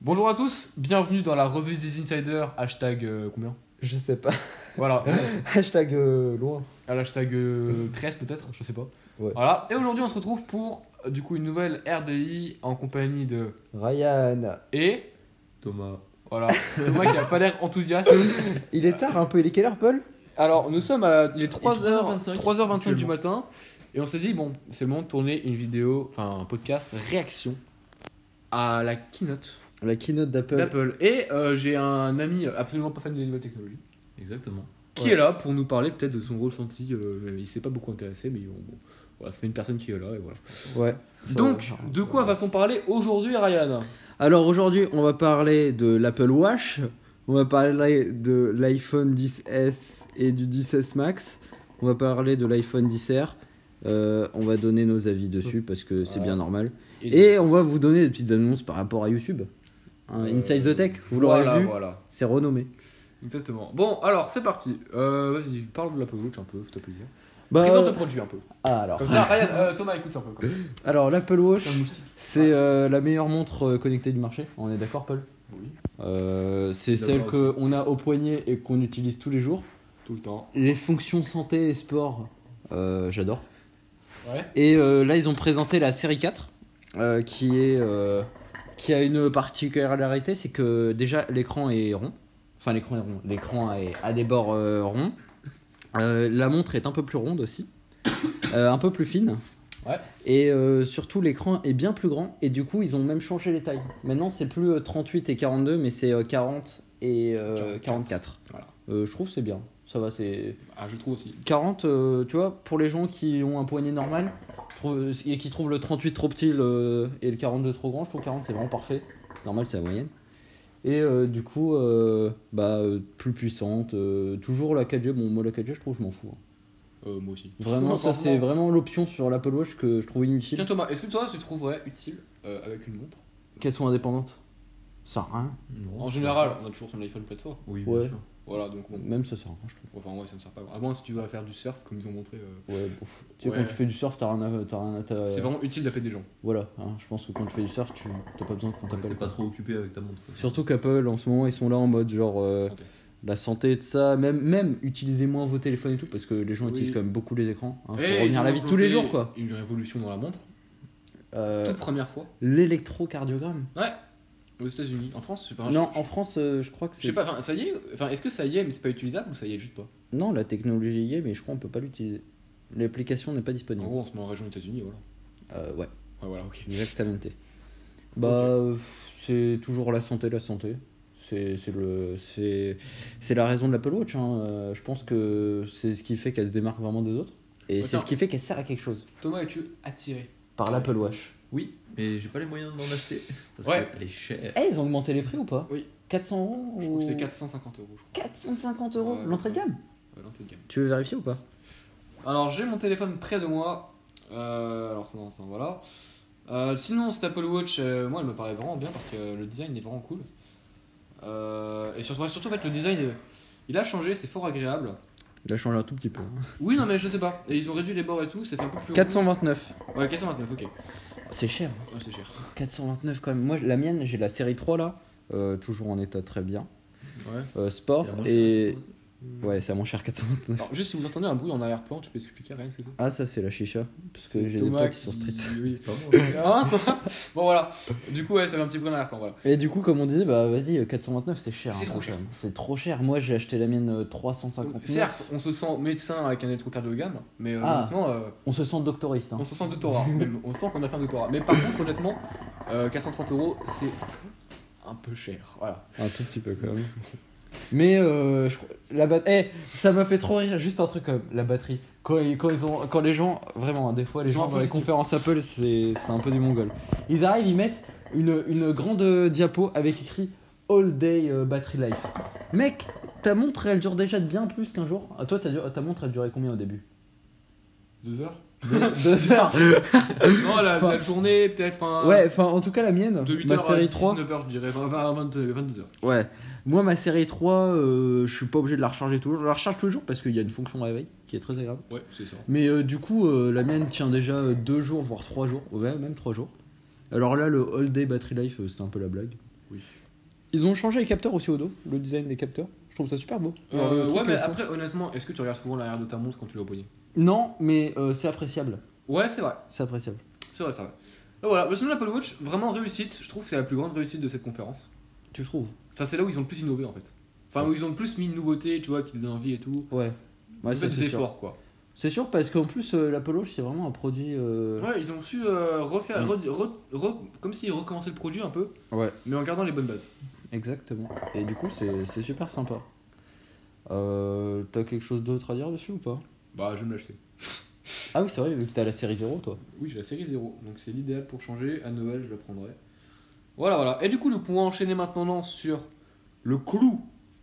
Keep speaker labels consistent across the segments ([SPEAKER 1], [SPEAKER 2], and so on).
[SPEAKER 1] Bonjour à tous, bienvenue dans la revue des insiders, hashtag euh, combien
[SPEAKER 2] Je sais pas.
[SPEAKER 1] Voilà,
[SPEAKER 2] Hashtag euh, loin.
[SPEAKER 1] à l'hashtag euh, 13 peut-être, je sais pas.
[SPEAKER 2] Ouais.
[SPEAKER 1] Voilà, et aujourd'hui on se retrouve pour euh, du coup une nouvelle RDI en compagnie de
[SPEAKER 2] Ryan.
[SPEAKER 1] et
[SPEAKER 3] Thomas.
[SPEAKER 1] voilà, Thomas qui a pas l'air enthousiaste.
[SPEAKER 2] Il est tard un peu, il est quelle heure, Paul
[SPEAKER 1] Alors nous sommes à les 3h25 3h25
[SPEAKER 3] 3h25,
[SPEAKER 1] du
[SPEAKER 3] actuellement.
[SPEAKER 1] matin et on s'est dit bon, c'est le moment de tourner une vidéo, enfin un podcast réaction à la keynote
[SPEAKER 2] La keynote d'Apple.
[SPEAKER 1] d'Apple et euh, j'ai un ami absolument pas fan des nouvelles technologies
[SPEAKER 3] Exactement.
[SPEAKER 1] qui
[SPEAKER 2] Ouais.
[SPEAKER 1] est là pour nous parler peut-être de son ressenti. euh, il s'est pas beaucoup intéressé, mais on- bon, voilà, ça fait une personne qui est là et voilà.
[SPEAKER 2] Ouais.
[SPEAKER 1] Donc, de quoi va-t-on parler aujourd'hui, Ryan
[SPEAKER 2] Alors aujourd'hui, on va parler de l'Apple Watch, on va parler de l'iPhone 10S et du 10S Max, on va parler de l'iPhone 10R. Euh, on va donner nos avis dessus parce que c'est
[SPEAKER 1] Voilà.
[SPEAKER 2] bien normal.
[SPEAKER 1] Et-
[SPEAKER 2] Et on va vous donner des petites annonces par rapport à YouTube. Hein,
[SPEAKER 1] Euh,
[SPEAKER 2] Inside the Tech, vous l'aurez
[SPEAKER 1] voilà,
[SPEAKER 2] vu,
[SPEAKER 1] Voilà,
[SPEAKER 2] c'est renommé.
[SPEAKER 1] exactement. Bon, alors c'est parti. Euh, Vas-y, parle de l'Apple Watch un peu, fais-toi plaisir.
[SPEAKER 2] Bah,
[SPEAKER 1] Présente le produit un peu.
[SPEAKER 2] ah, alors,
[SPEAKER 1] Comme ça, Ryan, euh, Thomas, écoute ça un peu. Comme ça.
[SPEAKER 2] alors l'Apple Watch,
[SPEAKER 1] Comme un moustique.
[SPEAKER 2] C'est euh, la meilleure montre euh, connectée du marché, on est d'accord Paul
[SPEAKER 1] Oui,
[SPEAKER 2] Euh, C'est
[SPEAKER 3] D'accord
[SPEAKER 2] celle
[SPEAKER 3] aussi.
[SPEAKER 2] qu'on a au poignet et qu'on utilise tous les jours.
[SPEAKER 1] tout le temps.
[SPEAKER 2] Les fonctions santé et sport, euh, j'adore.
[SPEAKER 1] Ouais.
[SPEAKER 2] Et euh, là ils ont présenté la série 4 euh, qui, est, euh, qui a une particularité, c'est que déjà l'écran est rond. Enfin l'écran est rond, l'écran est- a des bords euh, ronds. Euh, la montre est un peu plus ronde aussi, Euh, un peu plus fine.
[SPEAKER 1] Ouais.
[SPEAKER 2] Et euh, surtout, l'écran est bien plus grand. Et du coup, ils ont même changé les tailles. Maintenant, c'est plus euh, 38 et 42, mais c'est euh, 40 et euh, 44.
[SPEAKER 1] Voilà.
[SPEAKER 2] Euh, je trouve que c'est bien. Ça va, c'est.
[SPEAKER 1] Ah, je trouve aussi.
[SPEAKER 2] 40, euh, tu vois, pour les gens qui ont un poignet normal je trouve- et qui trouvent le 38 trop petit le- et le 42 trop grand, je trouve 40 c'est vraiment parfait. Normal, c'est la moyenne. Et euh, du coup, euh, bah, euh, plus puissante. euh, toujours la 4G. Bon, moi, la 4G, je trouve, je m'en fous. hein.
[SPEAKER 1] Euh, moi aussi.
[SPEAKER 2] Vraiment, ça, c'est vraiment l'option sur l'Apple Watch que je trouve inutile.
[SPEAKER 1] Tiens, Thomas, est-ce que toi, tu trouverais utile euh, avec une montre
[SPEAKER 2] Qu'elles sont indépendantes Ça sert à rien.
[SPEAKER 1] En général, on a toujours son iPhone près de soi.
[SPEAKER 3] Oui,
[SPEAKER 2] Ouais.
[SPEAKER 3] bien sûr.
[SPEAKER 1] Voilà, donc bon.
[SPEAKER 2] Même ça sert à rien, je trouve.
[SPEAKER 1] Enfin, ouais, ça ne sert pas. À moins si tu vas faire du surf, comme ils ont montré. euh,
[SPEAKER 2] Ouais, bon. Tu sais,
[SPEAKER 1] Ouais.
[SPEAKER 2] quand tu fais du surf, t'as rien à. t'as rien à- t'as-
[SPEAKER 1] C'est vraiment utile d'appeler des gens.
[SPEAKER 2] Voilà, hein, je pense que quand tu fais du surf, tu t'as pas besoin qu'on
[SPEAKER 3] Ouais, T'es
[SPEAKER 2] t'appelle.
[SPEAKER 3] pas
[SPEAKER 2] quoi.
[SPEAKER 3] trop occupé avec ta montre. quoi.
[SPEAKER 2] Surtout qu'Apple, en ce moment, ils sont là en mode genre. euh,
[SPEAKER 1] Santé.
[SPEAKER 2] la santé et de ça, même, même utilisez moins vos téléphones et tout, parce que les gens
[SPEAKER 1] Oui.
[SPEAKER 2] utilisent quand même beaucoup les écrans. Hein, faut
[SPEAKER 1] Et Eh, ils
[SPEAKER 2] revenir à la
[SPEAKER 1] ont
[SPEAKER 2] vie de tous les
[SPEAKER 1] inventé
[SPEAKER 2] jours, quoi.
[SPEAKER 1] Une révolution dans la montre.
[SPEAKER 2] Euh,
[SPEAKER 1] Toute première fois.
[SPEAKER 2] L'électrocardiogramme.
[SPEAKER 1] Ouais. Aux États-Unis. En France, je sais pas.
[SPEAKER 2] Non,
[SPEAKER 1] je,
[SPEAKER 2] en France, euh, je crois que
[SPEAKER 1] je
[SPEAKER 2] c'est.
[SPEAKER 1] sais pas. Enfin, ça y est. Enfin, est-ce que ça y est, mais c'est pas utilisable ou ça y est juste pas
[SPEAKER 2] Non, la technologie y est, mais je crois qu'on peut pas l'utiliser. L'application n'est pas
[SPEAKER 1] En
[SPEAKER 2] disponible.
[SPEAKER 1] gros, on se met en région États-Unis, voilà.
[SPEAKER 2] Euh, ouais.
[SPEAKER 1] Ouais, voilà, ok.
[SPEAKER 2] Exactement. Bah, euh, pff, c'est toujours la santé, la santé. C'est c'est le- c'est- c'est la raison de l'Apple Watch. hein. Euh, Je pense que c'est ce qui fait qu'elle se démarque vraiment des autres. Et c'est
[SPEAKER 1] Attends.
[SPEAKER 2] ce qui fait qu'elle sert à quelque chose.
[SPEAKER 1] Thomas, es-tu attiré
[SPEAKER 2] Par l'Apple Watch.
[SPEAKER 3] Oui, mais j'ai pas les moyens d'en acheter. Parce
[SPEAKER 1] Ouais.
[SPEAKER 3] qu'elle est chère.
[SPEAKER 2] Eh, ils ont augmenté les prix ou pas
[SPEAKER 1] Oui.
[SPEAKER 2] 400 euros
[SPEAKER 1] Je trouve que
[SPEAKER 2] ou-
[SPEAKER 1] c'est 450 euros, je crois.
[SPEAKER 2] 450 euros
[SPEAKER 1] Ouais,
[SPEAKER 2] L'entrée de
[SPEAKER 1] ouais.
[SPEAKER 2] gamme
[SPEAKER 1] Ouais, l'entrée de gamme.
[SPEAKER 2] Tu veux vérifier ou pas
[SPEAKER 1] Alors, j'ai mon téléphone près de moi. Euh, alors, ça, non, ça, voilà. Euh, sinon, cette Apple Watch, euh, moi, elle me paraît vraiment bien parce que euh, le design est vraiment cool. Euh, et surtout, ouais, surtout, en fait, le design, euh, il a changé, c'est fort agréable.
[SPEAKER 2] Il a changé un tout petit peu. hein.
[SPEAKER 1] Oui, non, mais je sais pas. Et ils ont réduit les bords et tout, c'est fait un peu plus. rond.
[SPEAKER 2] 429.
[SPEAKER 1] Ouais, 429, ok.
[SPEAKER 2] C'est cher. hein.
[SPEAKER 1] Ouais, c'est cher.
[SPEAKER 2] 429 quand même. Moi, la mienne, j'ai la série 3 là. Euh, toujours en état très bien.
[SPEAKER 1] Ouais.
[SPEAKER 2] Euh, sport.
[SPEAKER 3] C'est la moins
[SPEAKER 2] Et.
[SPEAKER 3] chère.
[SPEAKER 2] Ouais, c'est à moins cher 429.
[SPEAKER 1] Alors, juste si vous entendez un bruit en arrière-plan, tu peux expliquer à Ryan ce que c'est
[SPEAKER 2] Ah, ça, c'est la chicha. Parce que
[SPEAKER 1] C'est
[SPEAKER 2] j'ai des
[SPEAKER 1] Thomas
[SPEAKER 2] potes qui sont street.
[SPEAKER 1] qui- oui.
[SPEAKER 3] C'est pas moi.
[SPEAKER 1] Hein bon, voilà. Du coup, ouais, ça fait un petit bruit en arrière-plan, voilà.
[SPEAKER 2] Et du coup, comme on disait, bah vas-y, euh, 429, c'est cher. hein,
[SPEAKER 1] C'est trop
[SPEAKER 2] quand
[SPEAKER 1] cher.
[SPEAKER 2] même. C'est trop cher. Moi, j'ai acheté la mienne euh,
[SPEAKER 1] Donc,
[SPEAKER 2] 359.
[SPEAKER 1] Certes, on se sent médecin avec un électrocardiogramme, mais euh,
[SPEAKER 2] Ah.
[SPEAKER 1] honnêtement, euh,
[SPEAKER 2] On se sent doctoriste. hein.
[SPEAKER 1] on se sent doctorat. Même, on sent qu'on a fait un doctorat. Mais par contre, honnêtement, euh, 430 euros, c'est un peu cher. Voilà.
[SPEAKER 2] Un tout petit peu quand même. Mais euh, je crois- la batterie. ça m'a fait trop rire. Juste un truc comme la batterie. Quand, ils, quand, ils ont, quand les gens, vraiment, hein, des fois, les
[SPEAKER 1] Ils ont
[SPEAKER 2] gens
[SPEAKER 1] un peu
[SPEAKER 2] dans les
[SPEAKER 1] de skill.
[SPEAKER 2] conférences Apple, c'est c'est un peu des mongols. Ils arrivent, ils mettent une, une grande euh, diapo avec écrit All Day euh, Battery Life. Mec, ta montre, elle dure déjà bien plus qu'un jour. Ah, toi, ta, dur- ta montre, elle durait combien au début
[SPEAKER 1] Deux heures
[SPEAKER 2] Deux heures
[SPEAKER 1] Non, la,
[SPEAKER 2] Enfin-
[SPEAKER 1] la journée, peut-être. enfin,
[SPEAKER 2] Ouais, enfin, en tout cas, la mienne,
[SPEAKER 1] De 8
[SPEAKER 2] ma
[SPEAKER 1] heures à
[SPEAKER 2] série 3.
[SPEAKER 1] 19 heures, je dirais. 20, 20, 22, 22 euh, heures.
[SPEAKER 2] Ouais. Moi, ma série 3, euh, je suis pas obligé de la recharger toujours. Je la recharge tous les jours parce qu'il y a une fonction réveil qui est très agréable.
[SPEAKER 1] Ouais, c'est ça.
[SPEAKER 2] Mais euh, du coup, euh, la mienne tient déjà 2 jours, voire 3 jours. Ouais, même 3 jours. Alors là, le All Day Battery Life, euh, c'était un peu la blague.
[SPEAKER 1] Oui.
[SPEAKER 2] Ils ont changé les capteurs aussi au dos, le design des capteurs. Je trouve ça super beau. Genre, le
[SPEAKER 1] Euh,
[SPEAKER 2] truc,
[SPEAKER 1] ouais, mais
[SPEAKER 2] le son.
[SPEAKER 1] après, honnêtement, est-ce que tu regardes souvent l'arrière de ta montre quand tu l'as au poignet
[SPEAKER 2] Non, mais euh, c'est appréciable.
[SPEAKER 1] Ouais, c'est vrai.
[SPEAKER 2] C'est appréciable.
[SPEAKER 1] C'est vrai, c'est vrai. Donc voilà, mais sinon l'Apple Watch, vraiment réussite. Je trouve que c'est la plus grande réussite de cette conférence.
[SPEAKER 2] Tu trouves
[SPEAKER 1] Enfin, c'est là où ils ont le plus innové en fait. Enfin, où ils ont le plus mis une nouveauté, tu vois, qui donne envie et tout.
[SPEAKER 2] Ouais. Ouais,
[SPEAKER 1] ils ont fait
[SPEAKER 2] ça,
[SPEAKER 1] des
[SPEAKER 2] c'est sûr.
[SPEAKER 1] efforts quoi.
[SPEAKER 2] C'est sûr parce qu'en plus, euh, l'Apple Watch, c'est vraiment un produit. euh,
[SPEAKER 1] Ouais, ils ont su euh, refaire,
[SPEAKER 2] Mm.
[SPEAKER 1] re- re- re- comme s'ils recommençaient le produit un peu,
[SPEAKER 2] ouais.
[SPEAKER 1] mais en gardant les bonnes bases.
[SPEAKER 2] Exactement. Et du coup, c'est c'est super sympa. Euh, T'as quelque chose d'autre à dire dessus ou pas
[SPEAKER 1] Bah, je vais me l'acheter.
[SPEAKER 2] Ah oui, c'est vrai, vu que t'as la série 0, toi.
[SPEAKER 1] Oui, j'ai la série 0, donc c'est l'idéal pour changer. À Noël, je la prendrai. Voilà, voilà. Et du coup, nous pouvons enchaîner maintenant sur le clou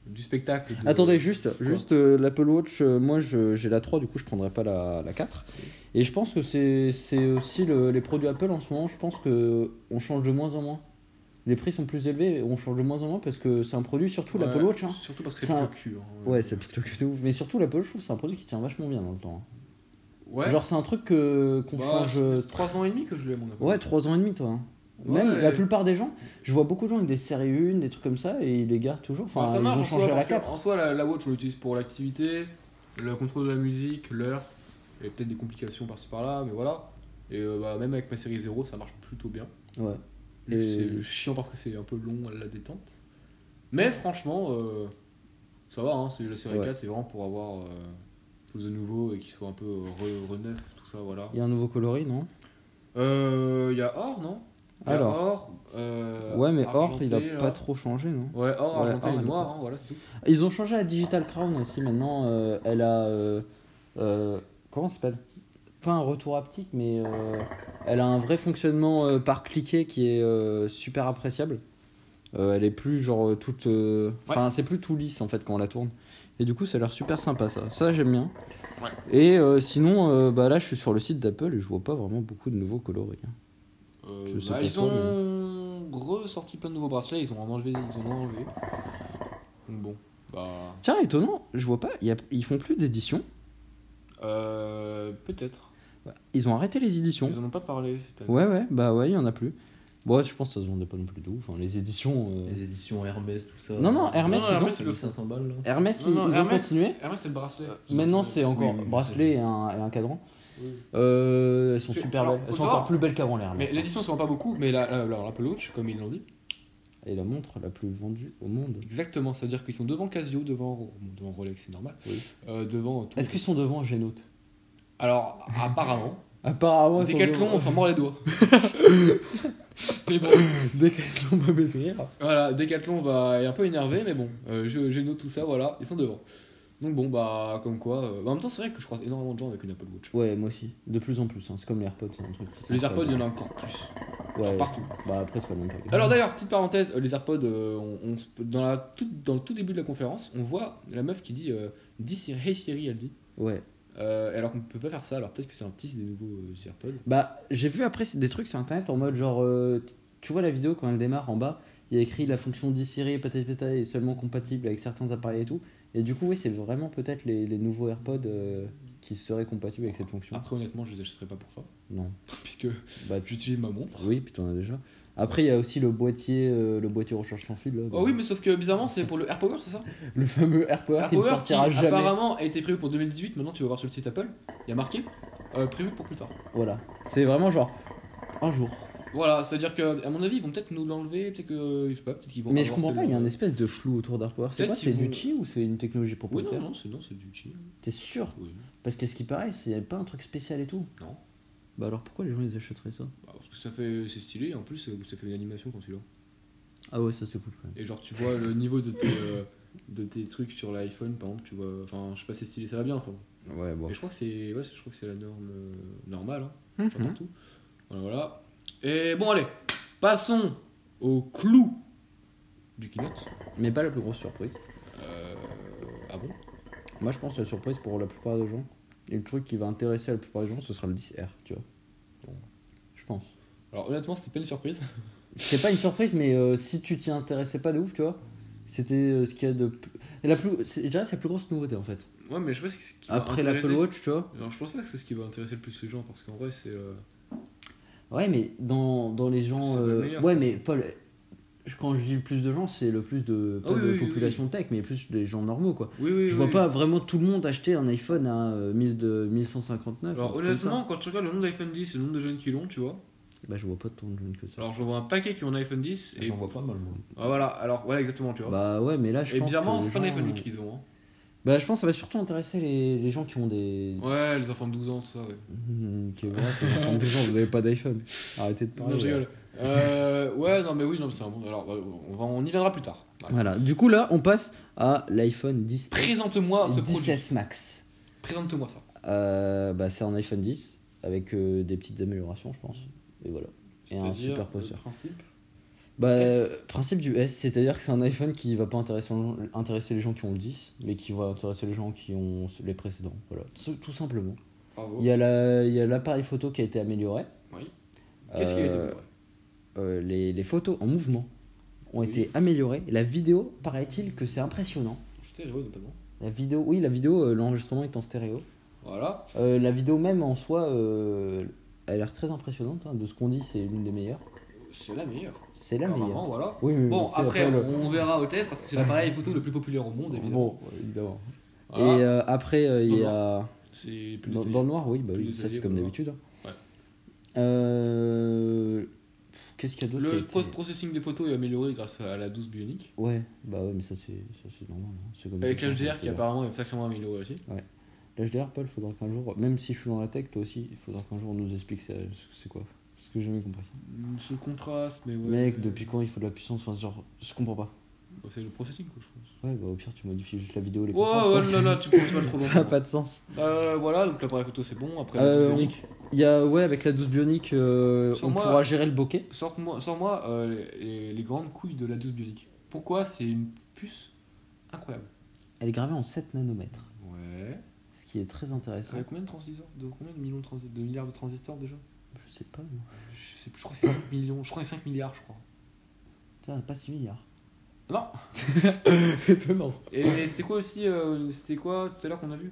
[SPEAKER 1] du spectacle. de-
[SPEAKER 2] Attendez, juste, juste euh, l'Apple Watch, euh, moi je- j'ai la 3, du coup je prendrai pas la, la 4. Et je pense que c'est c'est aussi le- les produits Apple en ce moment, je pense que euh, on change de moins en moins. Les prix sont plus élevés, et on change de moins en moins parce que c'est un produit, surtout
[SPEAKER 1] Ouais,
[SPEAKER 2] l'Apple Watch. hein.
[SPEAKER 1] Surtout parce que c'est
[SPEAKER 2] C'est un-
[SPEAKER 1] le cul. hein.
[SPEAKER 2] Ouais, ça pique le cul de ouf. Mais surtout l'Apple Watch, je trouve que c'est un produit qui tient vachement bien dans le temps. hein.
[SPEAKER 1] Ouais.
[SPEAKER 2] Genre c'est un truc que- qu'on
[SPEAKER 1] Bah,
[SPEAKER 2] change. euh,
[SPEAKER 1] 3 ans et demi que je l'ai, mon Apple
[SPEAKER 2] Ouais,
[SPEAKER 1] Watch.
[SPEAKER 2] 3 ans et demi, toi. hein.
[SPEAKER 1] Ouais.
[SPEAKER 2] Même la plupart des gens, je vois beaucoup de gens avec des séries 1, des trucs comme ça, et ils les gardent toujours. Enfin,
[SPEAKER 1] Enfin, Ah, ça
[SPEAKER 2] ils
[SPEAKER 1] marche
[SPEAKER 2] ont
[SPEAKER 1] en
[SPEAKER 2] changé
[SPEAKER 1] soi,
[SPEAKER 2] à la
[SPEAKER 1] parce que
[SPEAKER 2] 4.
[SPEAKER 1] En soi, la, la watch, on l'utilise pour l'activité, le contrôle de la musique, l'heure, et peut-être des complications par-ci par-là, mais voilà. Et euh, bah, même avec ma série 0, ça marche plutôt bien.
[SPEAKER 2] Ouais.
[SPEAKER 1] C'est chiant parce que c'est un peu long à la détente. Mais franchement, euh, ça va, hein, c'est la série
[SPEAKER 2] Ouais.
[SPEAKER 1] 4, c'est vraiment pour avoir euh, quelque chose de nouveau et qui soit un peu euh, re- reneuf, tout ça, voilà.
[SPEAKER 2] Il y a un nouveau coloris, non
[SPEAKER 1] Euh, Il y a Or, non Il y a
[SPEAKER 2] Alors.
[SPEAKER 1] Or. euh,
[SPEAKER 2] Ouais, mais or,
[SPEAKER 1] argenté,
[SPEAKER 2] il a
[SPEAKER 1] là.
[SPEAKER 2] pas trop changé, non
[SPEAKER 1] Ouais, Or,
[SPEAKER 2] Ouais,
[SPEAKER 1] argenté
[SPEAKER 2] Or,
[SPEAKER 1] et
[SPEAKER 2] elle est
[SPEAKER 1] noir,
[SPEAKER 2] pas-
[SPEAKER 1] hein, voilà, c'est tout.
[SPEAKER 2] Ils ont changé la Digital Crown aussi maintenant. euh, elle a. euh, euh, comment ça s'appelle Pas un retour haptique, mais euh, elle a un vrai fonctionnement euh, par cliquet qui est euh, super appréciable. Euh, elle est plus genre euh, toute. euh, Enfin, c'est plus tout lisse en fait quand on la tourne. Et du coup, ça a l'air super sympa ça. Ça, j'aime bien.
[SPEAKER 1] Ouais.
[SPEAKER 2] Et euh, sinon, euh, bah là, je suis sur le site d'Apple et je vois pas vraiment beaucoup de nouveaux coloris. hein.
[SPEAKER 1] Euh,
[SPEAKER 2] Je sais
[SPEAKER 1] bah,
[SPEAKER 2] pas
[SPEAKER 1] ils
[SPEAKER 2] trop,
[SPEAKER 1] ont ressorti plein de nouveaux bracelets, ils ont en enlevé, ils en ont enlevé. Donc bon, bah
[SPEAKER 2] Tiens, étonnant, je vois pas. il y a- ils font plus d'édition.
[SPEAKER 1] euh, peut-être.
[SPEAKER 2] Ils ont arrêté les éditions.
[SPEAKER 1] Ils en ont pas parlé cette année.
[SPEAKER 2] Ouais, ouais, bah ouais, il y en a plus. Bon, ouais, je pense que ça se vendait pas non plus de ouf. hein. Les éditions. euh,
[SPEAKER 3] Les éditions Hermès, tout ça.
[SPEAKER 2] Non, non, Hermès,
[SPEAKER 1] euh, Non,
[SPEAKER 2] ils
[SPEAKER 1] Hermès,
[SPEAKER 2] ont.
[SPEAKER 1] ils le font.
[SPEAKER 3] 500 balles, hein. là.
[SPEAKER 2] Hermès,
[SPEAKER 1] Non,
[SPEAKER 2] ils,
[SPEAKER 1] non,
[SPEAKER 2] ils ont
[SPEAKER 1] Hermès-
[SPEAKER 2] continué. Euh,
[SPEAKER 1] Hermès c'est le bracelet.
[SPEAKER 2] Maintenant, c'est encore
[SPEAKER 3] oui, oui,
[SPEAKER 2] bracelet
[SPEAKER 3] oui.
[SPEAKER 2] et un, et un cadran.
[SPEAKER 1] Oui.
[SPEAKER 2] Euh, elles sont
[SPEAKER 1] C'est-
[SPEAKER 2] super
[SPEAKER 1] alors,
[SPEAKER 2] belles.
[SPEAKER 1] faut
[SPEAKER 2] Elles sont
[SPEAKER 1] savoir-
[SPEAKER 2] encore plus belles qu'avant les
[SPEAKER 1] Mais
[SPEAKER 2] Hermès.
[SPEAKER 1] l'édition se vend pas beaucoup, mais la, la, la- l'Apple Watch, comme ils l'ont dit.
[SPEAKER 2] hein. Et la montre la plus vendue au monde.
[SPEAKER 1] Exactement, c'est-à-dire qu'ils sont devant Casio, devant, Ro- devant Rolex, c'est normal.
[SPEAKER 2] Oui.
[SPEAKER 1] Euh, devant tout.
[SPEAKER 2] Est-ce qu'ils sont devant Genote
[SPEAKER 1] Alors, apparemment,
[SPEAKER 2] Apparemment, ils sont
[SPEAKER 1] Décathlon, on
[SPEAKER 2] devant-
[SPEAKER 1] s'en mord les doigts. mais bon,
[SPEAKER 2] Décathlon, pas maigrir.
[SPEAKER 1] Voilà, Decathlon va est un peu énervé, mais bon, euh, je- Geno, tout ça, voilà, ils sont devant. Donc bon, bah, comme quoi. euh, bah, en même temps, c'est vrai que je croise énormément de gens avec une Apple Watch.
[SPEAKER 2] Ouais, moi aussi. De plus en plus. hein. C'est comme les AirPods, c'est un truc.
[SPEAKER 1] Les AirPods, il y en a encore plus,
[SPEAKER 2] Ouais.
[SPEAKER 1] partout.
[SPEAKER 2] Bah après, c'est pas le même truc.
[SPEAKER 1] Alors d'ailleurs, petite parenthèse, euh, les AirPods, euh, on, on se- dans, la, tout, dans le tout début de la conférence, on voit la meuf qui dit euh, Dis Siri- Hey Siri, elle dit.
[SPEAKER 2] Ouais.
[SPEAKER 1] Euh, alors qu'on peut pas faire ça, alors peut-être que c'est un petit des nouveaux euh, AirPods.
[SPEAKER 2] Bah, j'ai vu après c'est des trucs sur internet en mode genre. euh, tu vois la vidéo quand elle démarre en bas, il y a écrit la fonction d'Isiri patati patata est seulement compatible avec certains appareils et tout. Et du coup, oui, c'est vraiment peut-être les, les nouveaux AirPods euh, qui seraient compatibles avec cette fonction.
[SPEAKER 1] Après, honnêtement, je les achèterai pas pour ça,
[SPEAKER 2] Non.
[SPEAKER 1] puisque
[SPEAKER 2] Bah,
[SPEAKER 1] j'utilise ma montre.
[SPEAKER 2] oui, puis t'en as déjà. Après, il y a aussi le boîtier, euh, le boîtier recharge sans fil. là,
[SPEAKER 1] Oh oui, mais sauf que bizarrement, c'est pour le AirPower, c'est ça
[SPEAKER 2] Le fameux AirPower qui ne
[SPEAKER 1] Power
[SPEAKER 2] sortira
[SPEAKER 1] qui,
[SPEAKER 2] jamais.
[SPEAKER 1] Apparemment a été prévu pour 2018, maintenant tu vas voir sur le site Apple, il y a marqué euh, prévu pour plus tard.
[SPEAKER 2] Voilà. C'est vraiment genre un jour.
[SPEAKER 1] Voilà, c'est-à-dire que à mon avis, ils vont peut-être nous l'enlever, peut-être que euh, je sais pas, peut-être qu'ils vont
[SPEAKER 2] mais je
[SPEAKER 1] avoir
[SPEAKER 2] comprends pas, il y a un
[SPEAKER 1] tellement-
[SPEAKER 2] espèce de flou autour d'AirPower. C'est
[SPEAKER 1] Peut-être
[SPEAKER 2] quoi
[SPEAKER 1] qu'ils
[SPEAKER 2] C'est
[SPEAKER 1] vont-
[SPEAKER 2] du chi ou c'est une technologie
[SPEAKER 1] Oui,
[SPEAKER 2] propriétaire
[SPEAKER 1] non, non, c'est non, c'est du chi.
[SPEAKER 2] T'es sûr
[SPEAKER 1] Oui.
[SPEAKER 2] Parce qu'à ce qui paraît, c'est pas un truc spécial et tout.
[SPEAKER 1] Non.
[SPEAKER 2] Bah alors pourquoi les gens ils achèteraient ça
[SPEAKER 1] Bah, parce que ça fait c'est stylé et en plus euh, ça fait une animation quand celui-là.
[SPEAKER 2] Ah ouais, ça c'est cool quand même.
[SPEAKER 1] Et genre tu vois le niveau de tes euh, de tes trucs sur l'iPhone par exemple, tu vois enfin je sais pas c'est stylé, ça va bien ça.
[SPEAKER 2] Ouais, bon.
[SPEAKER 1] Mais je crois que c'est ouais, je crois que c'est la norme euh, normale hein. Genre
[SPEAKER 2] Mhm.
[SPEAKER 1] partout. Voilà, voilà. Et bon, allez, passons au clou du keynote.
[SPEAKER 2] Mais pas la plus grosse surprise.
[SPEAKER 1] Euh, ah bon
[SPEAKER 2] Moi je pense que la surprise pour la plupart des gens, et le truc qui va intéresser la plupart des gens, ce sera le 10R, tu vois.
[SPEAKER 1] Bon.
[SPEAKER 2] Je pense.
[SPEAKER 1] Alors, honnêtement, c'était pas une surprise.
[SPEAKER 2] C'est pas une surprise, mais euh, si tu t'y intéressais pas de ouf, tu vois, c'était euh, ce qu'il y a de. plus- et La plus... c'est- Je dirais que c'est la plus grosse nouveauté en fait.
[SPEAKER 1] Ouais, mais je sais pas si c'est ce qui va
[SPEAKER 2] Après l'Apple
[SPEAKER 1] intéresser-
[SPEAKER 2] Watch, tu vois.
[SPEAKER 1] Alors, je pense pas que c'est ce qui va intéresser le plus les gens parce qu'en vrai, c'est. euh,
[SPEAKER 2] Ouais, mais dans, dans les gens.
[SPEAKER 1] C'est le
[SPEAKER 2] euh,
[SPEAKER 1] meilleur.
[SPEAKER 2] Ouais, mais Paul, je- quand je dis le plus de gens, c'est le plus de, pas
[SPEAKER 1] Ah oui,
[SPEAKER 2] de
[SPEAKER 1] oui, oui,
[SPEAKER 2] population tech, mais plus des gens normaux quoi.
[SPEAKER 1] Oui, oui,
[SPEAKER 2] Je
[SPEAKER 1] oui,
[SPEAKER 2] vois
[SPEAKER 1] oui.
[SPEAKER 2] pas vraiment tout le monde acheter un iPhone à euh, 1000 de- 1159. un
[SPEAKER 1] Alors
[SPEAKER 2] truc comme ça.
[SPEAKER 1] honnêtement, quand tu regardes le nombre d'iPhone 10 et le nombre de jeunes qui l'ont, tu vois.
[SPEAKER 2] Bah, je vois pas tant de jeunes que ça.
[SPEAKER 1] Alors je vois un paquet qui ont un iPhone 10 et
[SPEAKER 3] J'en vois pas mal, moi.
[SPEAKER 1] Ah, voilà, alors voilà exactement, tu vois.
[SPEAKER 2] Bah ouais, mais là je
[SPEAKER 1] et
[SPEAKER 2] pense.
[SPEAKER 1] bizarrement,
[SPEAKER 2] que
[SPEAKER 1] c'est
[SPEAKER 2] les
[SPEAKER 1] pas un
[SPEAKER 2] gens-
[SPEAKER 1] iPhone 8 qu'ils ont. hein.
[SPEAKER 2] Bah, je pense que ça va surtout intéresser les, les gens qui ont des.
[SPEAKER 1] Ouais, les enfants de 12 ans, tout ça, ouais.
[SPEAKER 2] Hum, qui voilà, c'est les enfants de gens, vous avez pas d'iPhone. Arrêtez de
[SPEAKER 1] Non,
[SPEAKER 2] parler.
[SPEAKER 1] je rigole. Euh, ouais, non, mais oui, non, mais c'est un bon. Alors, euh, on, va, on y viendra plus tard. Bah, Ouais.
[SPEAKER 2] Voilà, du coup là on passe à l'iPhone 10.
[SPEAKER 1] Présente-moi ce produit.
[SPEAKER 2] 10S Max.
[SPEAKER 1] Présente-moi ça.
[SPEAKER 2] Euh, bah, c'est un iPhone 10 avec euh, des petites améliorations, je pense. Et voilà. Et un
[SPEAKER 1] C'est-à-dire,
[SPEAKER 2] superposeur.
[SPEAKER 1] le principe.
[SPEAKER 2] Bah,
[SPEAKER 1] S.
[SPEAKER 2] euh, principe du S, c'est-à-dire que c'est un iPhone qui va pas intéresser, intéresser les gens qui ont le 10, mais qui va intéresser les gens qui ont les précédents. Voilà, tout, tout simplement.
[SPEAKER 1] Bravo.
[SPEAKER 2] Il y a la- il y a l'appareil photo qui a été amélioré.
[SPEAKER 1] Oui. Qu'est-ce qui a été
[SPEAKER 2] Euh,
[SPEAKER 1] amélioré
[SPEAKER 2] euh, les, les photos en mouvement ont
[SPEAKER 1] Oui.
[SPEAKER 2] été améliorées. La vidéo, paraît-il que c'est impressionnant.
[SPEAKER 1] J'étais heureux, notamment.
[SPEAKER 2] La vidéo, oui, la vidéo, euh, l'enregistrement est en stéréo.
[SPEAKER 1] Voilà.
[SPEAKER 2] Euh, la vidéo même en soi, euh, elle a l'air très impressionnante. hein. De ce qu'on dit, c'est l'une des meilleures.
[SPEAKER 1] C'est la meilleure.
[SPEAKER 2] C'est la
[SPEAKER 1] Apparemment,
[SPEAKER 2] meilleure.
[SPEAKER 1] voilà.
[SPEAKER 2] Oui, mais
[SPEAKER 1] Bon,
[SPEAKER 2] c'est
[SPEAKER 1] après,
[SPEAKER 2] Apple.
[SPEAKER 1] on verra au test parce que c'est l'appareil photo le plus populaire au monde, évidemment.
[SPEAKER 2] Bon, évidemment.
[SPEAKER 1] Voilà.
[SPEAKER 2] Et euh, après, euh, il y
[SPEAKER 1] Dans
[SPEAKER 2] a.
[SPEAKER 1] C'est plus
[SPEAKER 2] Dans,
[SPEAKER 1] détaillé.
[SPEAKER 2] dans le noir, oui, bah
[SPEAKER 1] Plus
[SPEAKER 2] oui,
[SPEAKER 1] de
[SPEAKER 2] ça
[SPEAKER 1] détaillé,
[SPEAKER 2] c'est comme
[SPEAKER 1] voilà.
[SPEAKER 2] d'habitude. hein.
[SPEAKER 1] Ouais.
[SPEAKER 2] Euh, pff, Qu'est-ce qu'il y a d'autre qui a
[SPEAKER 1] Le
[SPEAKER 2] été-
[SPEAKER 1] post-processing des photos est amélioré grâce à la 12 bionique.
[SPEAKER 2] Ouais, bah ouais, mais ça c'est ça, c'est normal. hein. C'est comme
[SPEAKER 1] Avec
[SPEAKER 2] ça,
[SPEAKER 1] l'HDR
[SPEAKER 2] c'est
[SPEAKER 1] qui
[SPEAKER 2] là.
[SPEAKER 1] apparemment est sacrément amélioré aussi.
[SPEAKER 2] L'HDR, Paul, faudra qu'un jour, même si je suis dans la tech, toi aussi, il faudra qu'un jour on nous explique c'est c'est quoi. Parce que j'ai jamais compris.
[SPEAKER 1] Mm, Ce contraste, mais ouais.
[SPEAKER 2] Mec, depuis quand il faut de la puissance Enfin, genre, je comprends pas.
[SPEAKER 1] Bah, C'est le processing, quoi, je pense.
[SPEAKER 2] Ouais, bah au pire, tu modifies juste la vidéo, les contrastes,
[SPEAKER 1] Ouais,
[SPEAKER 2] quoi.
[SPEAKER 1] ouais, là, là, tu penses pas trop loin.
[SPEAKER 2] Ça a pas de sens.
[SPEAKER 1] Euh, voilà, donc l'appareil photo c'est bon. Après,
[SPEAKER 2] Euh,
[SPEAKER 1] la
[SPEAKER 2] on-
[SPEAKER 1] bionique.
[SPEAKER 2] Il y a, ouais, avec la 12 bionique, euh,
[SPEAKER 1] Sans
[SPEAKER 2] on
[SPEAKER 1] moi-
[SPEAKER 2] pourra gérer le bokeh.
[SPEAKER 1] Sors-moi sors -moi, les, les grandes couilles de la 12 bionique. Pourquoi c'est une puce incroyable
[SPEAKER 2] Elle est gravée en 7 nanomètres,
[SPEAKER 1] Ouais.
[SPEAKER 2] ce qui est très intéressant.
[SPEAKER 1] Ça fait combien de transistors De combien de millions de, transi- de milliards de transistors déjà
[SPEAKER 2] Je sais pas,
[SPEAKER 1] Je sais plus, je crois que c'est 5 millions, je crois que c'est 5 milliards, je crois.
[SPEAKER 2] Tiens, pas 6 milliards.
[SPEAKER 1] Non
[SPEAKER 2] Étonnant.
[SPEAKER 1] Et c'était quoi aussi euh, C'était quoi tout à l'heure qu'on a vu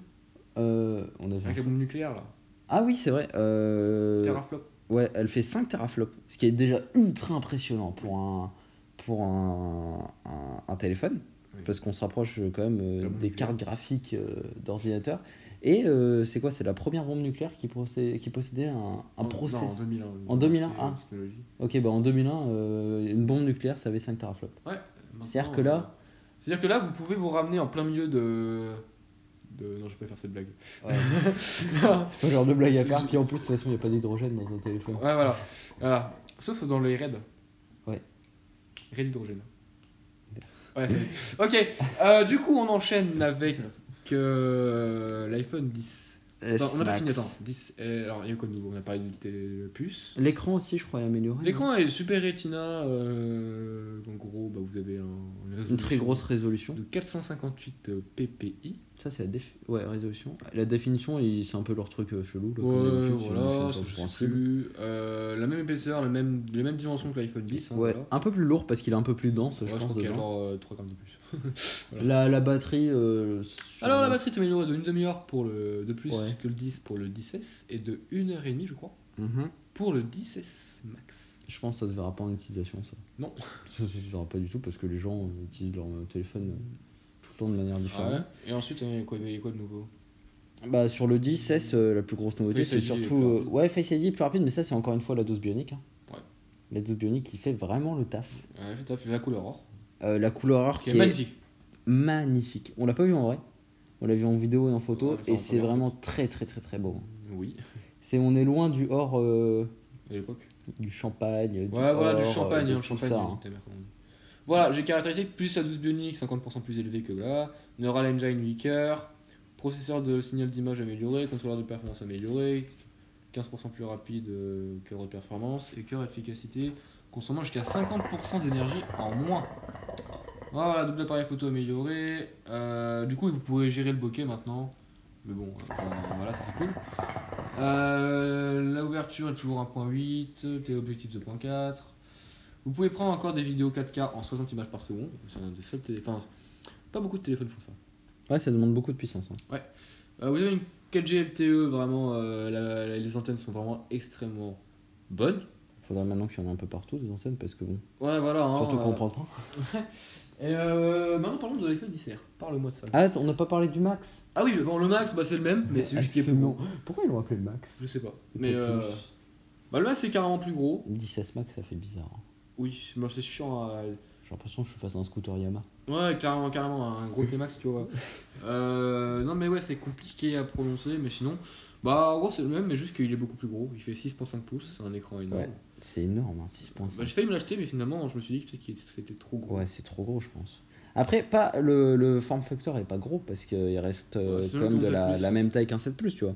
[SPEAKER 2] Euh, on a
[SPEAKER 1] Avec
[SPEAKER 2] fait...
[SPEAKER 1] la bombe nucléaire là
[SPEAKER 2] Ah oui, c'est vrai. euh,
[SPEAKER 1] Terraflop.
[SPEAKER 2] Ouais, elle fait 5 teraflops, ce qui est déjà ultra impressionnant pour un, pour un, un, un téléphone,
[SPEAKER 1] Oui.
[SPEAKER 2] parce qu'on se rapproche quand même euh,
[SPEAKER 1] La bombe
[SPEAKER 2] des
[SPEAKER 1] nucléaire.
[SPEAKER 2] cartes graphiques euh, d'ordinateur. Et euh, c'est quoi C'est la première bombe nucléaire qui, procé- qui possédait un, un
[SPEAKER 1] Oh, Non,
[SPEAKER 2] process-
[SPEAKER 1] non, en 2001. ils
[SPEAKER 2] en
[SPEAKER 1] ont
[SPEAKER 2] 2001,
[SPEAKER 1] acheté
[SPEAKER 2] ah.
[SPEAKER 1] une technologie.
[SPEAKER 2] Ok, bah en 2001, euh, une bombe nucléaire, ça avait 5 teraflops.
[SPEAKER 1] Maintenant,
[SPEAKER 2] C'est-à-dire que
[SPEAKER 1] euh,
[SPEAKER 2] là-
[SPEAKER 1] C'est-à-dire que là, vous pouvez vous ramener en plein milieu de. de... Non, je vais pas faire cette blague.
[SPEAKER 2] c'est pas le genre de blague à faire. Puis en plus, de toute façon, il n'y a pas d'hydrogène dans un téléphone.
[SPEAKER 1] Ouais, voilà. voilà. Sauf dans les raids.
[SPEAKER 2] Ouais.
[SPEAKER 1] Raid hydrogène. Ouais. c'est- ok, euh, du coup, on enchaîne avec euh, l'iPhone 10. Attends, on a pas fini, attends. 10. euh, alors, il y a quoi de nouveau On a parlé du télé- puce.
[SPEAKER 2] L'écran aussi, je crois, est amélioré.
[SPEAKER 1] L'écran est Super Retina. euh, en gros, bah, vous avez un,
[SPEAKER 2] Une très
[SPEAKER 1] résolution
[SPEAKER 2] grosse résolution.
[SPEAKER 1] de 458 ppi.
[SPEAKER 2] Ça, c'est la défi- ouais, résolution. La définition, il- c'est un peu leur truc euh, chelou. Là, comme
[SPEAKER 1] Ouais,
[SPEAKER 2] d'habitude, sur
[SPEAKER 1] voilà,
[SPEAKER 2] une- euh, sur
[SPEAKER 1] ça,
[SPEAKER 2] une
[SPEAKER 1] je sais
[SPEAKER 2] sensible.
[SPEAKER 1] plus. Euh, la même épaisseur, la même, les mêmes dimensions que l'iPhone 10. hein,
[SPEAKER 2] Ouais,
[SPEAKER 1] voilà.
[SPEAKER 2] un peu plus lourd parce qu'il est un peu plus dense,
[SPEAKER 1] Ouais,
[SPEAKER 2] je
[SPEAKER 1] je
[SPEAKER 2] pense.
[SPEAKER 1] crois qu'il y a
[SPEAKER 2] dedans.
[SPEAKER 1] genre euh, 3 grammes de plus.
[SPEAKER 2] La, la batterie. euh, sur-
[SPEAKER 1] Alors la batterie s'est améliorée de une demi-heure pour le de plus
[SPEAKER 2] Ouais.
[SPEAKER 1] que le 10 pour le 10S et de 1h30 je crois
[SPEAKER 2] Mhm.
[SPEAKER 1] pour le 10S Max.
[SPEAKER 2] Je pense que ça se verra pas en utilisation, ça.
[SPEAKER 1] Non.
[SPEAKER 2] Ça, ça se verra pas du tout parce que les gens euh, utilisent leur euh, téléphone euh, tout le temps de manière différente.
[SPEAKER 1] Ah Et ensuite il y a quoi, il y a quoi de nouveau
[SPEAKER 2] Bah, sur le 10S, euh, la plus grosse nouveauté,
[SPEAKER 1] Face
[SPEAKER 2] c'est
[SPEAKER 1] ID est
[SPEAKER 2] surtout.
[SPEAKER 1] plus
[SPEAKER 2] euh,
[SPEAKER 1] rapide.
[SPEAKER 2] ouais, Face ID est plus rapide, mais ça, c'est encore une fois la dose bionique. hein.
[SPEAKER 1] Ouais.
[SPEAKER 2] La dose bionique qui fait vraiment le taf.
[SPEAKER 1] euh, Tout à fait, la couleur or
[SPEAKER 2] Euh, la couleur or
[SPEAKER 1] qui est magnifique.
[SPEAKER 2] magnifique. On l'a pas vu en vrai. On l'a vu en vidéo et en photo
[SPEAKER 1] Ouais, mais ça, on
[SPEAKER 2] et
[SPEAKER 1] peut
[SPEAKER 2] c'est
[SPEAKER 1] bien, en
[SPEAKER 2] vraiment très très très très beau. hein.
[SPEAKER 1] Oui,
[SPEAKER 2] C'est on est loin du or euh,
[SPEAKER 1] à l'époque.
[SPEAKER 2] du champagne.
[SPEAKER 1] Ouais voilà du
[SPEAKER 2] or,
[SPEAKER 1] champagne,
[SPEAKER 2] euh, de
[SPEAKER 1] hein,
[SPEAKER 2] tout
[SPEAKER 1] champagne.
[SPEAKER 2] ça,
[SPEAKER 1] nique
[SPEAKER 2] hein.
[SPEAKER 1] ta mère, comme on dit. Voilà, j'ai caractérisé plus la 12 bionique, 50% plus élevé que là, Neural Engine 8 cœurs, processeur de signal d'image amélioré, contrôleur de performance amélioré, 15% plus rapide euh, cœur de performance et cœur efficacité consommant jusqu'à 50% d'énergie en moins. Voilà, double appareil photo amélioré. euh, du coup, vous pourrez gérer le bokeh maintenant. Mais bon, euh, enfin, voilà, ça c'est cool. Euh, la ouverture est toujours 1.8, téléobjectif 2.4. Vous pouvez prendre encore des vidéos 4K en 60 images par seconde. C'est un des seuls téléphones. Pas beaucoup de téléphones font ça.
[SPEAKER 2] Ouais, ça demande beaucoup de puissance. hein.
[SPEAKER 1] Euh, vous avez une E, 4G LTE, vraiment, euh, la- la- les antennes sont vraiment extrêmement bonnes.
[SPEAKER 2] Faudrait maintenant qu'il y en ait un peu partout des enseignes parce que bon.
[SPEAKER 1] Ouais, voilà. hein,
[SPEAKER 2] surtout
[SPEAKER 1] euh,
[SPEAKER 2] qu'on prend le train.
[SPEAKER 1] Et euh, maintenant, parlons de l'iPhone 10 Parle-moi de ça.
[SPEAKER 2] Ah, attends, on n'a pas parlé du Max.
[SPEAKER 1] Ah oui, bon, le Max, bah, c'est le même, mais c'est juste qu'il est plus
[SPEAKER 2] Absolument.
[SPEAKER 1] gros.
[SPEAKER 2] Pourquoi ils l'ont appelé le Max
[SPEAKER 1] Je sais pas.
[SPEAKER 2] Et
[SPEAKER 1] Mais
[SPEAKER 2] pas
[SPEAKER 1] euh,
[SPEAKER 2] plus.
[SPEAKER 1] bah, le Max, c'est carrément plus gros.
[SPEAKER 2] 10S Max, ça fait bizarre. hein.
[SPEAKER 1] Oui, mais c'est chiant à-
[SPEAKER 2] J'ai l'impression que je suis face à un scooter Yamaha.
[SPEAKER 1] Ouais, carrément, carrément, un gros T-Max, tu vois. Euh, non, mais ouais, c'est compliqué à prononcer, mais sinon, bah, en gros, c'est le même, mais juste qu'il est beaucoup plus gros. Il fait 6,5 pouces, c'est un écran énorme.
[SPEAKER 2] Ouais. C'est énorme, hein, 6
[SPEAKER 1] Bah, j'ai failli me l'acheter, mais finalement, je me suis dit que peut-être qu'il était- c'était trop gros.
[SPEAKER 2] Ouais, c'est trop gros, je pense. Après, pas le, le form factor est pas gros parce qu'il reste euh,
[SPEAKER 1] Ouais, c'est
[SPEAKER 2] quand
[SPEAKER 1] le
[SPEAKER 2] même de
[SPEAKER 1] 11
[SPEAKER 2] la,
[SPEAKER 1] plus.
[SPEAKER 2] la même taille qu'un 7 Plus, tu vois.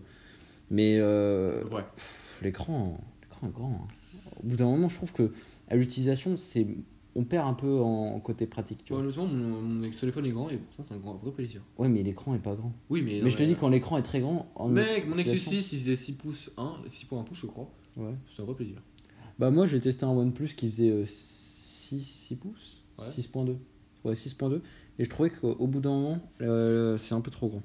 [SPEAKER 2] Mais euh,
[SPEAKER 1] Ouais.
[SPEAKER 2] pff, l'écran, l'écran est grand. hein. Au bout d'un moment, je trouve que à l'utilisation, c'est on perd un peu en côté pratique, tu
[SPEAKER 1] Tu vois,
[SPEAKER 2] vois.
[SPEAKER 1] honnêtement, mon, mon téléphone est grand et pourtant, c'est un grand, vrai plaisir.
[SPEAKER 2] Ouais, mais l'écran est pas grand.
[SPEAKER 1] Oui, mais.
[SPEAKER 2] Mais,
[SPEAKER 1] non,
[SPEAKER 2] je te dis quand l'écran est très grand. en
[SPEAKER 1] Mec, mon Nexus
[SPEAKER 2] utilisation-
[SPEAKER 1] 6, il faisait 6 pouces 1, 6.1 pouces, je crois.
[SPEAKER 2] Ouais.
[SPEAKER 1] C'est un vrai plaisir.
[SPEAKER 2] Bah moi j'ai testé un OnePlus qui faisait 6, 6 pouces
[SPEAKER 1] Ouais.
[SPEAKER 2] 6.2 Ouais 6.2 et je trouvais qu'au bout d'un moment euh, c'est un peu trop grand.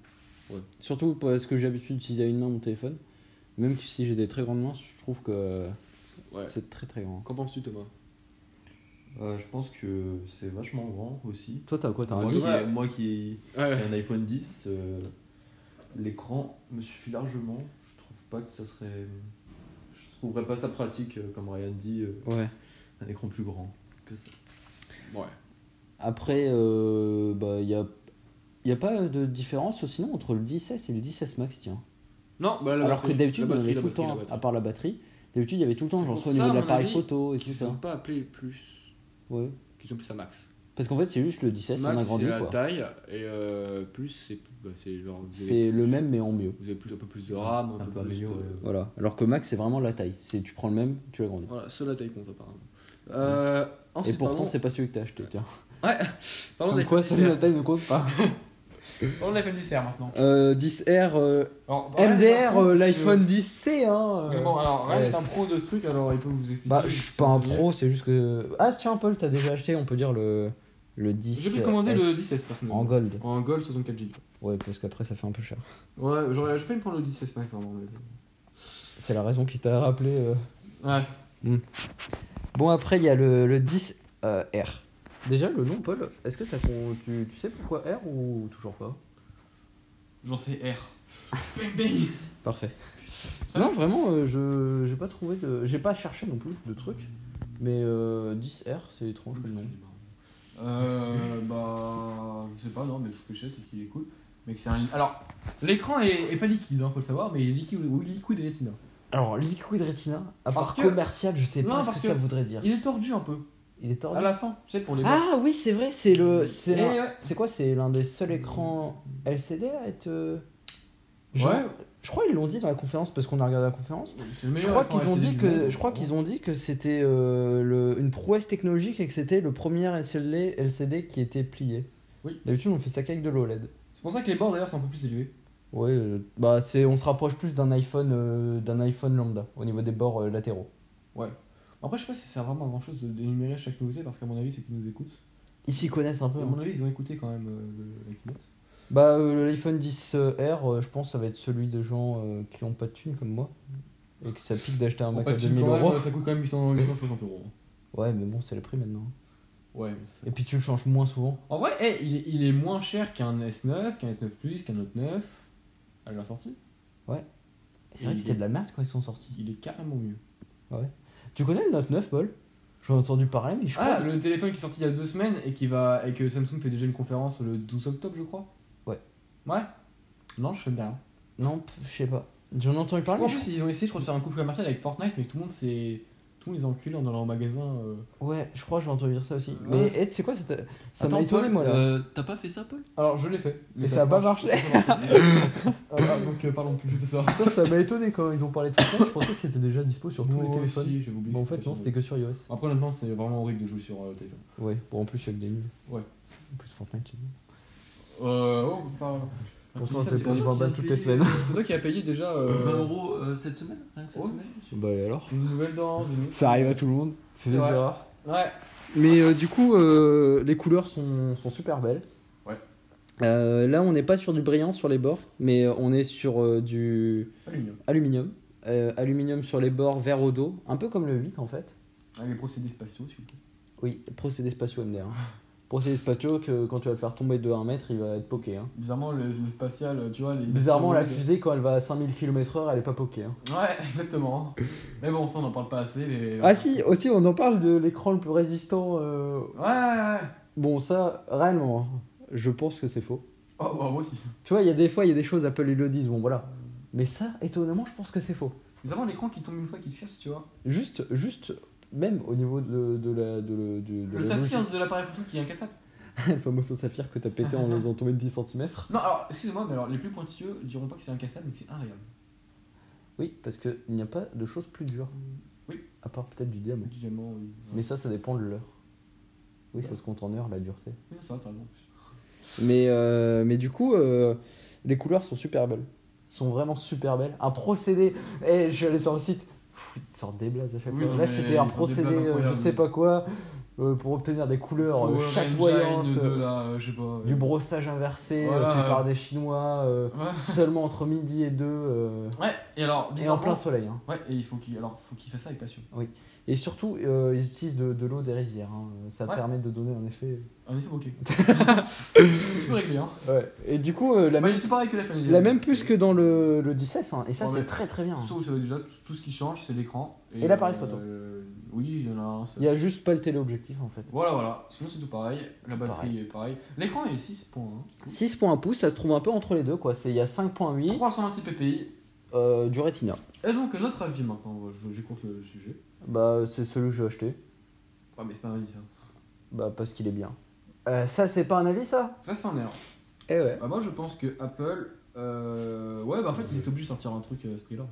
[SPEAKER 1] Ouais.
[SPEAKER 2] Surtout parce que j'ai l'habitude d'utiliser à une main mon téléphone. Même si j'ai des très grandes mains, je trouve que euh,
[SPEAKER 1] Ouais.
[SPEAKER 2] c'est très très grand.
[SPEAKER 1] Qu'en penses-tu, Thomas
[SPEAKER 3] Euh, je pense que c'est vachement grand aussi.
[SPEAKER 2] Toi t'as quoi T'as un
[SPEAKER 3] moi,
[SPEAKER 2] 10
[SPEAKER 3] qui, moi qui ai
[SPEAKER 1] Ouais.
[SPEAKER 3] un iPhone 10, euh, l'écran me suffit largement. Je trouve pas que ça serait. Je trouverais pas ça pratique, euh, comme Ryan dit, euh,
[SPEAKER 2] Ouais.
[SPEAKER 3] un écran plus grand que ça.
[SPEAKER 1] Ouais.
[SPEAKER 2] Après euh, bah il y a y a pas de différence sinon entre le 10S et le 10S Max tiens.
[SPEAKER 1] Non, bah, la
[SPEAKER 2] Alors que
[SPEAKER 1] batterie,
[SPEAKER 2] d'habitude
[SPEAKER 1] la
[SPEAKER 2] on avait
[SPEAKER 1] batterie,
[SPEAKER 2] tout le
[SPEAKER 1] la batterie, la
[SPEAKER 2] temps
[SPEAKER 1] batterie.
[SPEAKER 2] à part la batterie, d'habitude il y avait tout le temps
[SPEAKER 1] C'est
[SPEAKER 2] genre
[SPEAKER 1] pour
[SPEAKER 2] soit au
[SPEAKER 1] ça,
[SPEAKER 2] niveau de
[SPEAKER 1] à mon
[SPEAKER 2] l'appareil
[SPEAKER 1] avis,
[SPEAKER 2] photo et tout
[SPEAKER 1] Qu'ils
[SPEAKER 2] ça.
[SPEAKER 1] sont pas appelés plus.
[SPEAKER 2] Ouais.
[SPEAKER 1] Qu'ils ont plus ça max.
[SPEAKER 2] Parce qu'en fait, c'est juste le 17, on a
[SPEAKER 1] Max,
[SPEAKER 2] grandi
[SPEAKER 1] c'est la
[SPEAKER 2] quoi.
[SPEAKER 1] taille, et euh, plus, c'est bah, c'est genre. Vous avez,
[SPEAKER 2] C'est le même mais en mieux.
[SPEAKER 1] vous avez plus, un peu plus de RAM, un,
[SPEAKER 3] Un
[SPEAKER 1] peu,
[SPEAKER 3] peu euh,
[SPEAKER 1] plus. de-
[SPEAKER 3] amélioré, ouais.
[SPEAKER 2] Voilà. Alors que Max, c'est vraiment la taille. C'est tu prends le même, tu l'agrandis.
[SPEAKER 1] Voilà, seule la taille compte apparemment. Euh,
[SPEAKER 2] Et
[SPEAKER 1] ensuite,
[SPEAKER 2] pourtant,
[SPEAKER 1] parlons-
[SPEAKER 2] c'est pas celui que t'as acheté. Tiens.
[SPEAKER 1] parlons
[SPEAKER 2] Comme
[SPEAKER 1] de
[SPEAKER 2] quoi,
[SPEAKER 1] l'iPhone
[SPEAKER 2] seule la
[SPEAKER 1] 10R.
[SPEAKER 2] taille ne compte pas.
[SPEAKER 1] Parlons de l'iPhone 10R maintenant.
[SPEAKER 2] Euh, 10R, euh,
[SPEAKER 1] Alors, Ryan est un
[SPEAKER 2] MDR,
[SPEAKER 1] pro,
[SPEAKER 2] euh,
[SPEAKER 1] parce que-
[SPEAKER 2] l'iPhone 10C. Hein, euh.
[SPEAKER 1] Mais bon, alors Ryan
[SPEAKER 2] ouais,
[SPEAKER 1] est un
[SPEAKER 2] c'est-
[SPEAKER 1] pro de ce truc, alors il peut vous expliquer.
[SPEAKER 2] Bah, je suis pas un pro, c'est juste que. Ah, tiens, Paul, t'as déjà acheté, on peut dire le, le 10.
[SPEAKER 1] J'ai pu commander le 10S personnellement.
[SPEAKER 2] En gold.
[SPEAKER 1] En gold 64 Go.
[SPEAKER 2] Ouais, parce qu'après, ça fait un peu cher.
[SPEAKER 1] Ouais, j'aurais je fais me prendre le 10S Max vraiment. mais-
[SPEAKER 2] C'est la raison qui t'a rappelé. euh.
[SPEAKER 1] Ouais.
[SPEAKER 2] Bon, après, il y a le, euh, le 10R. Déjà, le nom, Paul, est-ce que t'as con- tu, tu sais pourquoi R ou toujours pas
[SPEAKER 1] J'en sais R. bang bang
[SPEAKER 2] Parfait. Non, vraiment, euh, je j'ai pas trouvé de. J'ai pas cherché non plus de trucs. Mais euh, 10R, c'est étrange comme nom.
[SPEAKER 1] Euh, bah, je sais pas, non, mais ce que je sais, c'est qu'il est cool. Mais que c'est un. Alors, l'écran est, est pas liquide, hein, faut le savoir, mais il est liquide ou liquide rétina.
[SPEAKER 2] Alors, liquide retina, à
[SPEAKER 1] Parce
[SPEAKER 2] part
[SPEAKER 1] que-
[SPEAKER 2] commercial, je sais
[SPEAKER 1] Non,
[SPEAKER 2] pas ce que,
[SPEAKER 1] parce que-
[SPEAKER 2] ça voudrait dire.
[SPEAKER 1] Il est tordu un peu.
[SPEAKER 2] Il est tordu.
[SPEAKER 1] À la fin, tu sais, pour les.
[SPEAKER 2] Ah oui, c'est vrai, c'est le. C'est
[SPEAKER 1] Eh
[SPEAKER 2] l'un-
[SPEAKER 1] ouais.
[SPEAKER 2] c'est quoi C'est l'un des seuls écrans LCD à être. euh,
[SPEAKER 1] ouais,
[SPEAKER 2] genre- Je crois qu'ils l'ont dit dans la conférence parce qu'on a regardé la conférence.
[SPEAKER 1] c'est le
[SPEAKER 2] Je
[SPEAKER 1] meilleur
[SPEAKER 2] crois
[SPEAKER 1] écran
[SPEAKER 2] qu'ils ont
[SPEAKER 1] LCD
[SPEAKER 2] dit
[SPEAKER 1] du
[SPEAKER 2] que
[SPEAKER 1] monde.
[SPEAKER 2] je crois qu'ils ont dit que c'était euh, le- une prouesse technologique et que c'était le premier LCD, LCD qui était plié.
[SPEAKER 1] Oui.
[SPEAKER 2] D'habitude on fait ça qu'avec de l'OLED.
[SPEAKER 1] C'est pour ça que les bords d'ailleurs sont un peu plus élevés.
[SPEAKER 2] Ouais, euh, bah c'est on se rapproche plus d'un iPhone euh, d'un iPhone lambda au niveau des bords euh, latéraux.
[SPEAKER 1] Après, je sais pas si ça sert vraiment à grand chose de d'énumérer chaque nouveauté, parce qu'à mon avis, ceux qui nous écoutent,
[SPEAKER 2] Ils s'y connaissent un peu.
[SPEAKER 1] à
[SPEAKER 2] hein.
[SPEAKER 1] mon avis, ils ont écouté quand même euh, le, la keynote.
[SPEAKER 2] Bah euh, l'iPhone 10R, euh, je pense ça va être celui de gens euh, qui ont pas de thunes comme moi et que ça pique d'acheter un Mac à
[SPEAKER 1] Après, tu-
[SPEAKER 2] 2000
[SPEAKER 1] quand même,
[SPEAKER 2] euros.
[SPEAKER 1] Ça coûte quand même 800 860 euros.
[SPEAKER 2] Ouais, mais bon, c'est le prix maintenant.
[SPEAKER 1] Ouais, mais c'est-
[SPEAKER 2] Et puis tu le changes moins souvent.
[SPEAKER 1] En vrai, eh, il, est, il est moins cher qu'un S9, qu'un S9 Plus, qu'un autre 9 à la sortie.
[SPEAKER 2] C'est vrai
[SPEAKER 1] Il
[SPEAKER 2] que c'était de la merde quand ils sont sortis.
[SPEAKER 1] Il est carrément mieux.
[SPEAKER 2] Tu connais le Note 9 Paul J'en ai entendu parler mais je crois
[SPEAKER 1] Ah, le téléphone qui est sorti il y a deux semaines et, qui va, et que Samsung fait déjà une conférence le 12 octobre, je crois.
[SPEAKER 2] Ouais.
[SPEAKER 1] Ouais Non, je sais pas.
[SPEAKER 2] Non, pff, je sais pas. J'en ai entendu
[SPEAKER 1] En
[SPEAKER 2] parler. Ah, mais
[SPEAKER 1] plus, ils ont essayé, je crois, de faire un coup commercial avec Fortnite, mais tout le monde s'est. Tout le monde les a enculés en allant au magasin. euh.
[SPEAKER 2] je- Ouais, je crois que j'ai entendu dire ça aussi.
[SPEAKER 1] Ouais.
[SPEAKER 2] Mais eh, tu sais quoi, ça t'a- ça m'a
[SPEAKER 3] Attends,
[SPEAKER 2] étonné
[SPEAKER 3] Paul,
[SPEAKER 2] moi là.
[SPEAKER 3] euh, T'as pas fait ça, Paul
[SPEAKER 1] Alors, je l'ai fait.
[SPEAKER 2] Mais ça a pas marché.
[SPEAKER 1] Ah, ah, donc, euh, parlons plus de ça.
[SPEAKER 2] Ça, ça m'a étonné quand ils ont parlé de ça. Je pensais que c'était déjà dispo sur tous les
[SPEAKER 1] Moi
[SPEAKER 2] téléphones.
[SPEAKER 1] aussi, j'avais oublié
[SPEAKER 2] Mais en
[SPEAKER 1] que
[SPEAKER 2] fait, non,
[SPEAKER 1] sur-
[SPEAKER 2] c'était que sur iOS.
[SPEAKER 1] Après, maintenant, c'est vraiment horrible de jouer sur euh, téléphone.
[SPEAKER 2] Ouais, bon, en plus, il y a que des nuls.
[SPEAKER 1] Ouais.
[SPEAKER 2] En plus, Fortnite, c'est nul.
[SPEAKER 1] Euh. Oh, pardon.
[SPEAKER 2] Pourtant,
[SPEAKER 1] Après, ça,
[SPEAKER 2] t'es
[SPEAKER 1] c'est
[SPEAKER 2] pas-
[SPEAKER 1] toi-
[SPEAKER 2] vingt balles toutes les semaines.
[SPEAKER 1] c'est toi qui as payé déjà. euh,
[SPEAKER 3] 20 euros euh, cette semaine Rien que cette
[SPEAKER 1] Ouais.
[SPEAKER 3] semaine
[SPEAKER 2] Bah, et alors
[SPEAKER 1] Une nouvelle danse, une autre.
[SPEAKER 2] Ça arrive à tout le monde. C'est
[SPEAKER 1] des
[SPEAKER 2] des
[SPEAKER 1] Ouais.
[SPEAKER 2] erreurs.
[SPEAKER 1] Ouais.
[SPEAKER 2] Mais euh, du coup, euh, les couleurs sont, sont super belles.
[SPEAKER 1] Ouais.
[SPEAKER 2] Euh, là, on n'est pas sur du brillant sur les bords, mais on est sur euh, du
[SPEAKER 1] Aluminium.
[SPEAKER 2] aluminium. euh, aluminium sur les bords, verre au dos, un peu comme le 8 en fait.
[SPEAKER 1] Ah, les procédés spatiaux, s'il vous plaît.
[SPEAKER 2] Oui, procédé spatio MDR. Procédé spatio que quand tu vas le faire tomber de 1 mètre, il va être poké. hein.
[SPEAKER 1] Bizarrement, le, le spatial, tu vois. Les...
[SPEAKER 2] Bizarrement, la
[SPEAKER 1] les-
[SPEAKER 2] fusée, quand elle va à 5000 km/h, elle est pas poké. hein.
[SPEAKER 1] Ouais, exactement. hein. mais bon, ça, on n'en parle pas assez. mais-
[SPEAKER 2] Ah si, aussi, on en parle de l'écran le plus résistant. euh,
[SPEAKER 1] Ouais, ouais, ouais.
[SPEAKER 2] Bon, ça, réellement, hein. je pense que c'est faux.
[SPEAKER 1] Oh, bah, moi aussi.
[SPEAKER 2] Tu vois, il y a des fois, il y a des choses, Apple, ils le disent, bon voilà. Mais ça, étonnamment, je pense que c'est faux.
[SPEAKER 1] Bizarrement, l'écran qui tombe une fois qu'il se casse, tu vois.
[SPEAKER 2] Juste, juste, même au niveau de, de la. De, le- du- de
[SPEAKER 1] Le
[SPEAKER 2] la
[SPEAKER 1] saphir de l'appareil photo qui est incassable.
[SPEAKER 2] logique. le fameux saut saphir que t'as pété en le faisant tomber de 10 cm.
[SPEAKER 1] Non, alors, excusez-moi, mais alors, les plus pointilleux diront pas que c'est incassable, mais que c'est inréal.
[SPEAKER 2] Oui, parce qu'il n'y a pas de chose plus dure.
[SPEAKER 1] Oui.
[SPEAKER 2] À part peut-être du diamant.
[SPEAKER 1] Du diamant, oui.
[SPEAKER 2] Mais ça, ça dépend de l'heure. Oui, ça se compte en heure, la dureté.
[SPEAKER 1] Oui, ça va, t'as raison.
[SPEAKER 2] Mais, euh, mais du coup, euh, les couleurs sont super belles. Sont vraiment super belles. Un procédé. Eh, je suis allé sur le site. Pff, Ils te sortent des blazes à chaque
[SPEAKER 1] Oui,
[SPEAKER 2] fois.
[SPEAKER 1] non,
[SPEAKER 2] Là,
[SPEAKER 1] mais
[SPEAKER 2] c'était un
[SPEAKER 1] ils sortent des
[SPEAKER 2] procédé,
[SPEAKER 1] blazes
[SPEAKER 2] euh, je
[SPEAKER 1] incroyables.
[SPEAKER 2] sais pas quoi, euh, pour obtenir des couleurs euh,
[SPEAKER 1] Power Ranger
[SPEAKER 2] chatoyantes,
[SPEAKER 1] N2,
[SPEAKER 2] euh,
[SPEAKER 1] là, euh, je sais pas. euh.
[SPEAKER 2] du brossage inversé euh,
[SPEAKER 1] Voilà,
[SPEAKER 2] fait
[SPEAKER 1] euh.
[SPEAKER 2] par des Chinois, euh,
[SPEAKER 1] Ouais.
[SPEAKER 2] seulement entre midi et deux, euh,
[SPEAKER 1] Ouais, et alors,
[SPEAKER 2] et en
[SPEAKER 1] Ah, bizarrement.
[SPEAKER 2] plein soleil. hein.
[SPEAKER 1] Ouais, et il faut qu'il alors, faut qu'il fasse ça avec passion.
[SPEAKER 2] Et surtout, euh, ils utilisent de, de l'eau des rivières. hein. Ça
[SPEAKER 1] Ouais.
[SPEAKER 2] permet de donner un effet.
[SPEAKER 1] En effet, ok. tu peux régler, hein.
[SPEAKER 2] Et du coup, euh, la,
[SPEAKER 1] Bah,
[SPEAKER 2] même,
[SPEAKER 1] il est tout pareil que la fin
[SPEAKER 2] la même puce que dans le, le 16, hein. et ça,
[SPEAKER 1] Ouais,
[SPEAKER 2] c'est
[SPEAKER 1] mais-
[SPEAKER 2] très très bien.
[SPEAKER 1] Sauf que déjà, tout ce qui change, c'est l'écran.
[SPEAKER 2] Et l'appareil photo.
[SPEAKER 1] euh, oui, il y en a un seul.
[SPEAKER 2] Il y a juste pas le téléobjectif en fait.
[SPEAKER 1] Voilà, voilà. Sinon, c'est tout pareil. La batterie
[SPEAKER 2] Pareil.
[SPEAKER 1] est pareil. L'écran est 6 points.
[SPEAKER 2] 6.1 pouces, ça se trouve un peu entre les deux quoi. C'est il y a 5.8
[SPEAKER 1] 326 ppi.
[SPEAKER 2] euh, du Retina.
[SPEAKER 1] Et donc, notre avis maintenant. euh, Je- J'écoute le sujet.
[SPEAKER 2] Bah c'est celui que j'ai acheté.
[SPEAKER 1] Ah, mais c'est pas un avis, ça.
[SPEAKER 2] Bah parce qu'il est bien. Euh, ça c'est pas un avis ça
[SPEAKER 1] Ça, c'en est un.
[SPEAKER 2] Eh ouais.
[SPEAKER 1] Bah, moi, je pense que Apple. euh, Ouais, bah, en fait, ils étaient obligés de sortir un truc euh, à ce prix-là.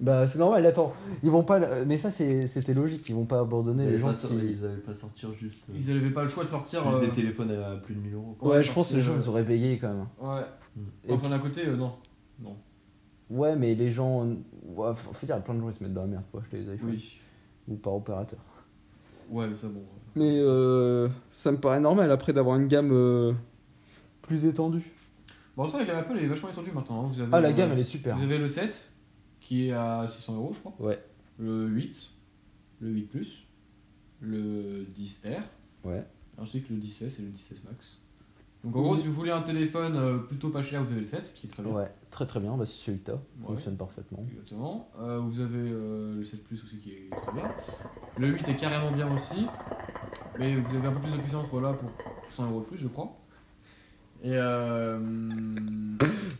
[SPEAKER 2] Bah c'est normal. Attends, ils vont pas. le- Mais ça c'est- c'était logique. Ils vont pas abandonner les gens
[SPEAKER 3] pas
[SPEAKER 2] qui.
[SPEAKER 3] sorti- ils avaient pas sortir juste, euh,
[SPEAKER 1] Ils n'avaient pas le choix de sortir.
[SPEAKER 3] juste
[SPEAKER 1] euh,
[SPEAKER 3] des téléphones à plus de 1000 euros. quoi.
[SPEAKER 2] Ouais, je pense que les gens
[SPEAKER 1] euh,
[SPEAKER 2] ils auraient payé quand même.
[SPEAKER 1] Ouais.
[SPEAKER 2] Et
[SPEAKER 1] Enfin, d'un côté, euh, non. Non.
[SPEAKER 2] Ouais, mais les gens. Ouais, faut faut dire, plein de gens ils se mettent dans la merde pour acheter des iPhones.
[SPEAKER 1] Oui.
[SPEAKER 2] Ou par opérateur.
[SPEAKER 1] Ouais, mais ça, bon.
[SPEAKER 2] Mais euh, ça me paraît normal après d'avoir une gamme euh, plus étendue.
[SPEAKER 1] Bon, ça, la gamme Apple est vachement étendue maintenant. hein. Vous avez,
[SPEAKER 2] Ah, la
[SPEAKER 1] euh,
[SPEAKER 2] gamme elle est super.
[SPEAKER 1] Vous avez le 7 qui est à 600 euros, je crois.
[SPEAKER 2] Ouais.
[SPEAKER 1] Le 8, le 8 Plus, le 10R,
[SPEAKER 2] Ouais.
[SPEAKER 1] ainsi que le 10S et le 10S Max. Donc en gros,
[SPEAKER 2] Oui.
[SPEAKER 1] si vous voulez un téléphone euh, plutôt pas cher, vous avez le 7 qui est très bien.
[SPEAKER 2] Ouais, très très bien, bah, c'est celui que t'as. Fonctionne parfaitement.
[SPEAKER 1] Exactement. Euh, vous avez euh, le 7 Plus aussi qui est très bien. Le 8 est carrément bien aussi. Mais vous avez un peu plus de puissance voilà, pour 100 euros de plus, je crois. Et euh,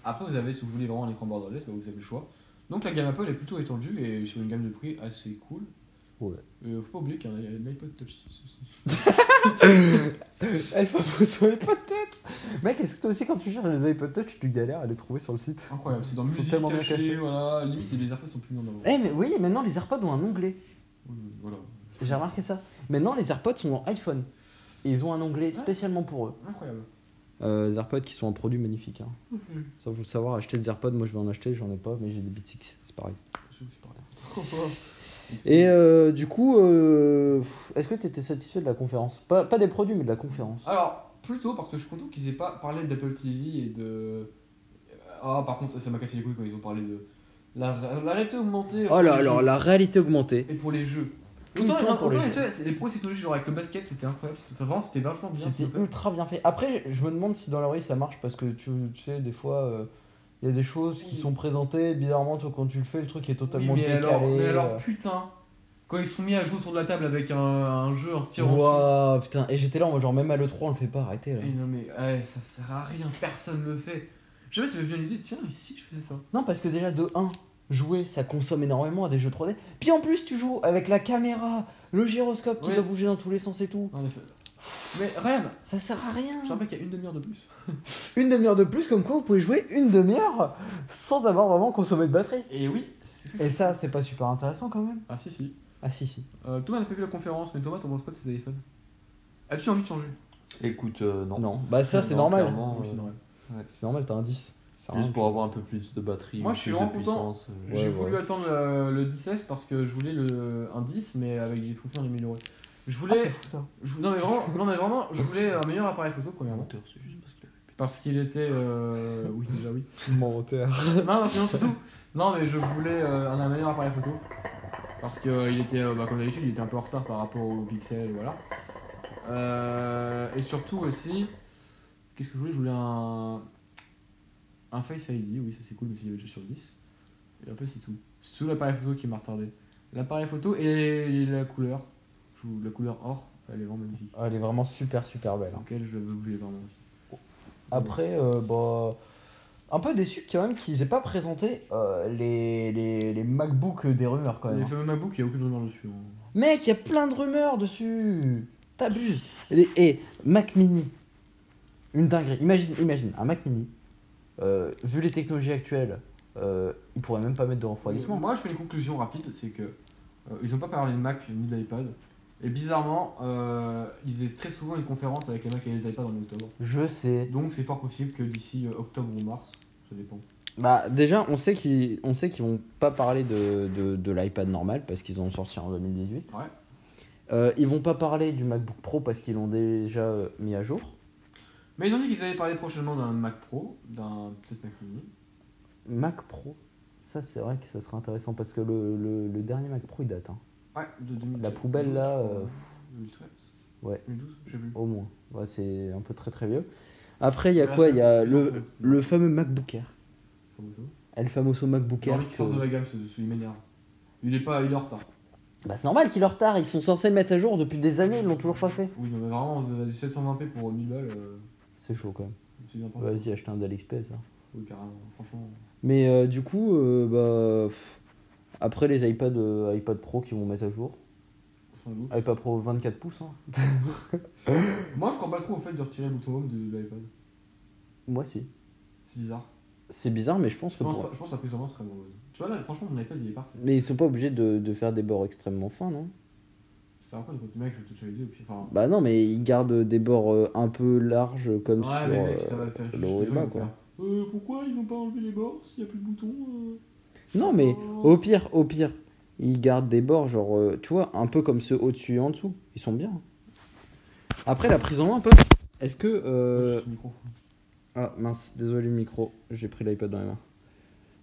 [SPEAKER 1] après, vous avez, si vous voulez vraiment un écran borderless, bah, vous avez le choix. Donc la gamme Apple est plutôt étendue et sur une gamme de prix assez cool.
[SPEAKER 2] Ouais.
[SPEAKER 1] Euh, faut pas oublier qu'il y a un iPod Touch.
[SPEAKER 2] Elle va vous sur iPod Touch Mec, est-ce que toi aussi quand tu cherches les iPod Touch, tu galères à les trouver sur le site
[SPEAKER 1] Incroyable, c'est dans
[SPEAKER 2] Ils sont
[SPEAKER 1] musique
[SPEAKER 2] tellement bien
[SPEAKER 1] cachée,
[SPEAKER 2] cachés.
[SPEAKER 1] voilà. Limite, les AirPods sont plus mis en avant.
[SPEAKER 2] Eh, mais oui, maintenant les AirPods ont un onglet.
[SPEAKER 1] Oui, Voilà.
[SPEAKER 2] J'ai remarqué ça. Maintenant les AirPods sont en iPhone. Et ils ont un onglet spécialement pour eux.
[SPEAKER 1] Incroyable.
[SPEAKER 2] Euh, les AirPods qui sont un produit magnifique. Hein.
[SPEAKER 1] Mhm.
[SPEAKER 2] Ça, vous le savoir, acheter des AirPods, moi je vais en acheter, j'en ai pas, mais j'ai des BTX, c'est pareil.
[SPEAKER 1] Je, je parle.
[SPEAKER 2] Et euh, du coup, euh, pff, est-ce que tu étais satisfait de la conférence pas, pas des produits, mais de la conférence.
[SPEAKER 1] Alors, plutôt parce que je suis content qu'ils aient pas parlé d'Apple TV et de. Ah, par contre, ça, ça m'a cassé les couilles quand ils ont parlé de. La, la réalité augmentée.
[SPEAKER 2] Oh là
[SPEAKER 1] pour les
[SPEAKER 2] alors,
[SPEAKER 1] jeux
[SPEAKER 2] la réalité augmentée.
[SPEAKER 1] Et pour les jeux.
[SPEAKER 2] Tout le
[SPEAKER 1] Autant,
[SPEAKER 2] temps pour les
[SPEAKER 1] autant,
[SPEAKER 2] jeux.
[SPEAKER 1] tu vois, c'est- les pros technologies, genre avec le basket, c'était incroyable. Enfin, vraiment, c'était vachement bien.
[SPEAKER 2] C'était
[SPEAKER 1] ce qu'ils ont fait.
[SPEAKER 2] ultra bien fait. Après, je me demande si dans la rue ça marche parce que tu, tu sais, des fois, euh, il y a des choses qui sont présentées. Bizarrement, toi, quand tu le fais, le truc est
[SPEAKER 1] Oui,
[SPEAKER 2] totalement
[SPEAKER 1] mais,
[SPEAKER 2] décalé.
[SPEAKER 1] alors, mais alors,
[SPEAKER 2] euh.
[SPEAKER 1] putain, quand ils se sont mis à jouer autour de la table avec un, un jeu, un stylo.
[SPEAKER 2] Ouah, putain, et j'étais là, moi, genre, même à l'E3, on le fait pas, arrêtez là.
[SPEAKER 1] Eh non, mais ouais, ça sert à rien, personne le fait. Je sais pas, ça me vient l'idée, tiens, mais si je faisais ça.
[SPEAKER 2] Non, parce que déjà, de 1, jouer, ça consomme énormément à des jeux 3D. Puis en plus, tu joues avec la caméra, le gyroscope qui
[SPEAKER 1] Ouais.
[SPEAKER 2] doit bouger dans tous les sens et tout.
[SPEAKER 1] En effet. Mais Ryan,
[SPEAKER 2] Ça sert à rien.
[SPEAKER 1] je te rappelle qu'il y a une demi-heure de plus.
[SPEAKER 2] Une demi-heure de plus, comme quoi vous pouvez jouer une demi-heure sans avoir vraiment consommé de batterie.
[SPEAKER 1] Et oui, c'est ça.
[SPEAKER 2] Et ça, c'est pas super intéressant quand même.
[SPEAKER 1] Ah si, si.
[SPEAKER 2] Ah si, si.
[SPEAKER 1] Euh, Thomas n'a pas vu la conférence, mais Thomas, t'en penses quoi de ces téléphones As-tu envie de changer
[SPEAKER 3] Écoute, euh, non.
[SPEAKER 2] Non, bah ça, c'est
[SPEAKER 3] Non,
[SPEAKER 2] normal.
[SPEAKER 3] clairement,
[SPEAKER 1] Oui, c'est
[SPEAKER 3] euh,
[SPEAKER 1] normal.
[SPEAKER 2] C'est normal, t'as un 10. Ça
[SPEAKER 3] Juste
[SPEAKER 2] rend-
[SPEAKER 3] pour avoir un peu plus de batterie,
[SPEAKER 1] Moi,
[SPEAKER 3] ou
[SPEAKER 1] je suis
[SPEAKER 3] plus
[SPEAKER 1] vraiment
[SPEAKER 3] de
[SPEAKER 1] content.
[SPEAKER 3] puissance. euh,
[SPEAKER 2] Ouais,
[SPEAKER 1] J'ai
[SPEAKER 2] hein, ouais.
[SPEAKER 1] voulu attendre le, le 16 parce que je voulais le, un 10, mais avec des fonctions de 1000 euros. Je voulais.
[SPEAKER 2] Ah, fou ça.
[SPEAKER 1] je vou- non, mais vraiment, non, mais vraiment, je voulais un meilleur appareil photo,
[SPEAKER 3] le
[SPEAKER 1] premièrement. hein.
[SPEAKER 3] moteur, c'est juste parce qu'il avait
[SPEAKER 1] Parce qu'il était. euh, Oui, déjà oui.
[SPEAKER 4] Menteur.
[SPEAKER 1] non, non, sinon c'est tout. Non, mais je voulais euh, un meilleur appareil photo. Parce que euh, il était, euh, bah, comme d'habitude, il était un peu en retard par rapport au Pixel, voilà. Euh, et surtout aussi, qu'est-ce que je voulais Je voulais un, un Face ID, oui, ça c'est cool, mais c'est déjà sur 10. Et en fait, c'est tout. C'est tout l'appareil photo qui m'a retardé. L'appareil photo et la couleur. Je vous- La couleur or, elle est vraiment magnifique.
[SPEAKER 4] Ah, elle est vraiment super super belle. hein.
[SPEAKER 1] Laquelle je voulais vraiment aussi.
[SPEAKER 4] Après, euh, bah, un peu déçu quand même qu'ils aient pas présenté euh, les, les, les MacBook des rumeurs quand même.
[SPEAKER 1] Les
[SPEAKER 4] hein.
[SPEAKER 1] fameux MacBook, il n'y a aucune rumeur dessus. hein.
[SPEAKER 4] Mec, il y a plein de rumeurs dessus. T'abuses. Et, et Mac Mini. Une dinguerie. Imagine, imagine un Mac Mini. euh, vu les technologies actuelles, euh, il pourrait même pas mettre de refroidissement.
[SPEAKER 1] Moi, je fais une conclusion rapide, c'est que euh, ils n'ont pas parlé de Mac ni d'iPad. Et bizarrement, euh, ils faisaient très souvent une conférence avec les Mac et les iPads en octobre.
[SPEAKER 4] Je sais.
[SPEAKER 1] Donc, c'est fort possible que d'ici euh, octobre ou mars, ça dépend.
[SPEAKER 2] Bah déjà on sait qu'ils on sait qu'ils vont pas parler de, de, de l'iPad normal parce qu'ils ont sorti en 2018.
[SPEAKER 1] Ouais.
[SPEAKER 2] Euh, ils vont pas parler du MacBook Pro parce qu'ils l'ont déjà euh, mis à jour.
[SPEAKER 1] Mais ils ont dit qu'ils allaient parler prochainement d'un Mac Pro, d'un peut-être Mac Mini.
[SPEAKER 2] Mac Pro, ça c'est vrai que ça serait intéressant parce que le, le, le dernier Mac Pro il date hein.
[SPEAKER 1] Ouais, de 2012.
[SPEAKER 2] La poubelle, là, euh,
[SPEAKER 1] 2013
[SPEAKER 2] ouais.
[SPEAKER 1] 2012, je sais plus.
[SPEAKER 2] au moins. Ouais, c'est un peu très très vieux. Après il y a
[SPEAKER 1] Là,
[SPEAKER 2] quoi
[SPEAKER 1] c'est
[SPEAKER 2] Il y a
[SPEAKER 1] plus
[SPEAKER 2] le,
[SPEAKER 1] important.
[SPEAKER 2] le fameux MacBook Air.
[SPEAKER 1] J'ai
[SPEAKER 2] El famoso MacBook Air.
[SPEAKER 1] envie qu'il sorte
[SPEAKER 2] que-
[SPEAKER 1] de la gamme, ce- celui m'énerve. Il est pas, il est en retard.
[SPEAKER 2] Bah c'est normal qu'ils leur retard, ils sont censés le mettre à jour depuis des années, ils l'ont toujours pas fait.
[SPEAKER 1] Oui, non, mais vraiment, euh, du 720p pour 1000 balles, euh,
[SPEAKER 2] C'est chaud quand même.
[SPEAKER 1] c'est bien pas.
[SPEAKER 2] Vas-y, achète un d'AliExpress. hein.
[SPEAKER 1] Oui, carrément, franchement.
[SPEAKER 2] Mais euh, du coup, euh, bah, pff, après les iPad, euh, iPad Pro qui vont mettre à jour,
[SPEAKER 1] sans doute.
[SPEAKER 2] iPad Pro 24 pouces, hein.
[SPEAKER 1] Moi, je crois pas trop au fait de retirer le bouton home de, de l'iPad.
[SPEAKER 2] moi si.
[SPEAKER 1] C'est bizarre.
[SPEAKER 2] C'est bizarre, mais je pense
[SPEAKER 1] Je
[SPEAKER 2] que.
[SPEAKER 1] pense,
[SPEAKER 2] pour-
[SPEAKER 1] je pense que la prise en main serait mauvaise. Tu vois, là, franchement, mon iPad il est parfait.
[SPEAKER 2] Mais ils sont pas obligés de, de faire des bords extrêmement fins, non
[SPEAKER 1] C'est encore le mec, le touch ID, et puis enfin.
[SPEAKER 2] Bah non, mais ils gardent des bords euh, un peu larges comme
[SPEAKER 1] ouais,
[SPEAKER 2] sur.
[SPEAKER 1] mais mec,
[SPEAKER 2] euh,
[SPEAKER 1] ça va faire
[SPEAKER 2] le
[SPEAKER 1] je suis désolé,
[SPEAKER 2] haut et
[SPEAKER 1] ils
[SPEAKER 2] bas,
[SPEAKER 1] vont
[SPEAKER 2] quoi.
[SPEAKER 1] faire, Euh, pourquoi ils ont pas enlevé les bords s'il y a plus de bouton euh
[SPEAKER 2] Non, mais
[SPEAKER 1] Oh.
[SPEAKER 2] au pire, au pire, ils gardent des bords, genre, euh, tu vois, un peu comme ceux au-dessus et en dessous. Ils sont bien. hein. Après, la prise en main, un peu. Est-ce que. euh,
[SPEAKER 1] Le micro.
[SPEAKER 2] Ah mince, désolé le micro, j'ai pris l'iPad dans les mains.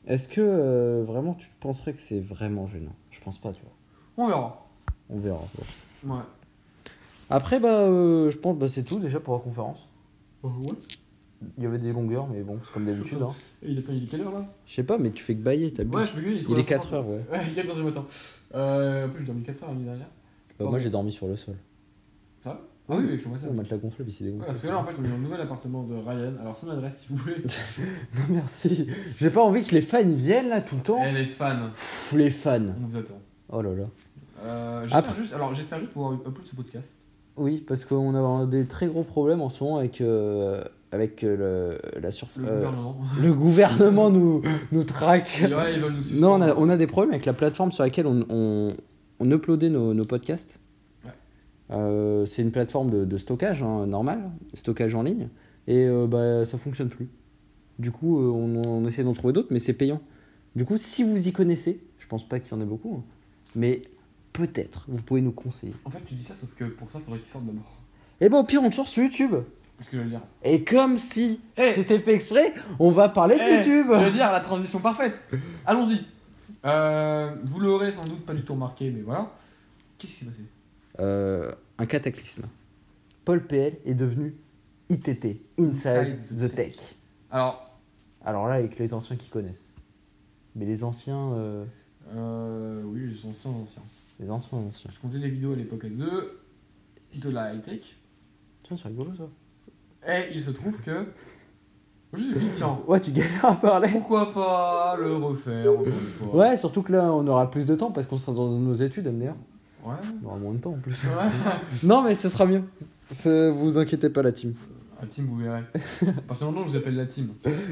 [SPEAKER 2] Est-ce que euh, vraiment tu penserais que c'est vraiment gênant Je pense pas, tu vois.
[SPEAKER 1] On verra.
[SPEAKER 2] On verra. bon.
[SPEAKER 1] Ouais.
[SPEAKER 2] Après, bah, euh, je pense bah, c'est tout déjà pour la conférence.
[SPEAKER 1] Euh, ouais.
[SPEAKER 2] Il y avait des longueurs, mais bon, c'est comme d'habitude. Hein.
[SPEAKER 1] Et il, attend, il est quelle heure là
[SPEAKER 2] Je sais pas, mais tu fais que bailler, t'as
[SPEAKER 1] Ouais, je peux
[SPEAKER 2] Il est 4 heures, ouais.
[SPEAKER 1] Ouais, il est 4h du matin. Euh, en plus, j'ai dormi 4h la nuit dernière.
[SPEAKER 2] Bah,
[SPEAKER 1] Pardon.
[SPEAKER 2] moi j'ai dormi sur le sol.
[SPEAKER 1] Ça va Ah oui, avec le matelas.
[SPEAKER 2] On m'a de la gonflée, mais c'est
[SPEAKER 1] Ouais,
[SPEAKER 2] dégonflé.
[SPEAKER 1] parce que Ah, là, en fait, on est dans le nouvel appartement de Ryan. Alors, son adresse, si vous voulez.
[SPEAKER 2] Non, merci. J'ai pas envie que les fans ils viennent là tout le temps.
[SPEAKER 1] Elle est fan.
[SPEAKER 2] Pff, les fans.
[SPEAKER 1] On vous attend.
[SPEAKER 2] Oh là là.
[SPEAKER 1] Euh, j'espère
[SPEAKER 2] Après-
[SPEAKER 1] juste, alors j'espère juste pouvoir upload ce podcast.
[SPEAKER 2] Oui, parce qu'on a des très gros problèmes en ce moment avec, euh, avec euh, le- la
[SPEAKER 1] Le
[SPEAKER 2] surface.
[SPEAKER 1] gouvernement.
[SPEAKER 2] Le gouvernement nous, nous traque.
[SPEAKER 1] Et ouais, ils veulent nous suspendre.
[SPEAKER 2] Non, on a, on a des problèmes avec la plateforme sur laquelle on, on, on uploadait nos, nos podcasts.
[SPEAKER 1] Ouais.
[SPEAKER 2] Euh, c'est une plateforme de, de stockage hein, normal, stockage en ligne, et euh, bah, ça fonctionne plus. Du coup, euh, on, on essaie d'en trouver d'autres, mais c'est payant. Du coup, si vous y connaissez, je pense pas qu'il y en ait beaucoup, hein, mais peut-être vous pouvez nous conseiller.
[SPEAKER 1] En fait, tu dis ça, sauf que pour ça, faudrait qu'ils sortent d'abord.
[SPEAKER 2] Et ben au pire, on le sort sur YouTube.
[SPEAKER 1] Qu'est-ce que je veux dire
[SPEAKER 2] Et comme si
[SPEAKER 1] Eh.
[SPEAKER 2] c'était fait exprès, on va parler de
[SPEAKER 1] Eh,
[SPEAKER 2] YouTube.
[SPEAKER 1] Je veux dire, la transition parfaite. Allons-y. Euh, vous l'aurez sans doute pas du tout remarqué, mais voilà. Qu'est-ce qui s'est passé
[SPEAKER 2] euh, un cataclysme. Paul PL est devenu ITT, Inside,
[SPEAKER 1] Inside
[SPEAKER 2] the,
[SPEAKER 1] the
[SPEAKER 2] Tech.
[SPEAKER 1] Alors,
[SPEAKER 2] Alors là, avec les anciens qui connaissent. Mais les anciens, euh,
[SPEAKER 1] euh, oui, ils sont sans anciens.
[SPEAKER 2] les anciens, anciens.
[SPEAKER 1] Je comptais des vidéos à l'époque à deux de la high-tech.
[SPEAKER 2] Tiens, c'est rigolo ça.
[SPEAKER 1] Et il se trouve que. Je sais plus, tiens.
[SPEAKER 2] Ouais, tu galères à parler.
[SPEAKER 1] Pourquoi pas le refaire encore une fois
[SPEAKER 2] Ouais, surtout que là, on aura plus de temps parce qu'on sera dans nos études, MDR.
[SPEAKER 1] Ouais.
[SPEAKER 2] On aura moins de temps en plus.
[SPEAKER 1] Ouais.
[SPEAKER 2] non, mais ce sera mieux. Ce- Vous inquiétez pas, la team.
[SPEAKER 1] La team, vous verrez. À partir du moment où je vous appelle la team,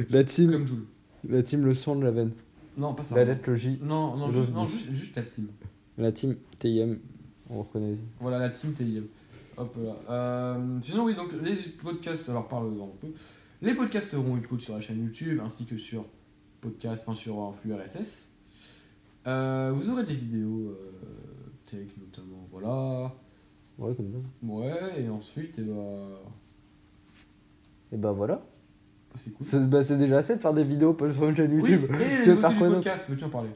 [SPEAKER 2] La team,
[SPEAKER 1] comme Jules.
[SPEAKER 2] la team le son de la veine.
[SPEAKER 1] Non, pas ça.
[SPEAKER 2] Bah, La lettre logique.
[SPEAKER 1] Non, non,
[SPEAKER 2] Love
[SPEAKER 1] juste, non
[SPEAKER 2] Beast.
[SPEAKER 1] juste, juste la team.
[SPEAKER 2] La team TIM, on reconnaît.
[SPEAKER 1] Voilà, la team TIM. Hop là. Euh, sinon, oui, donc les podcasts, alors parle-en un peu. Les podcasts seront écoutés sur la chaîne YouTube ainsi que sur podcast, enfin sur un flux RSS. Euh, vous aurez des vidéos euh, tech notamment, voilà.
[SPEAKER 2] Ouais, comme ça.
[SPEAKER 1] eh ben, Ouais, et ensuite, et bah,
[SPEAKER 2] Et bah voilà.
[SPEAKER 3] c'est cool.
[SPEAKER 2] C'est bah, c'est déjà assez de faire des vidéos pour- sur une chaîne
[SPEAKER 1] Oui, et
[SPEAKER 2] YouTube.
[SPEAKER 1] les
[SPEAKER 2] Tu veux
[SPEAKER 1] nouveautés
[SPEAKER 2] faire
[SPEAKER 1] du
[SPEAKER 2] quoi d'autre
[SPEAKER 1] podcast, veux-tu en parler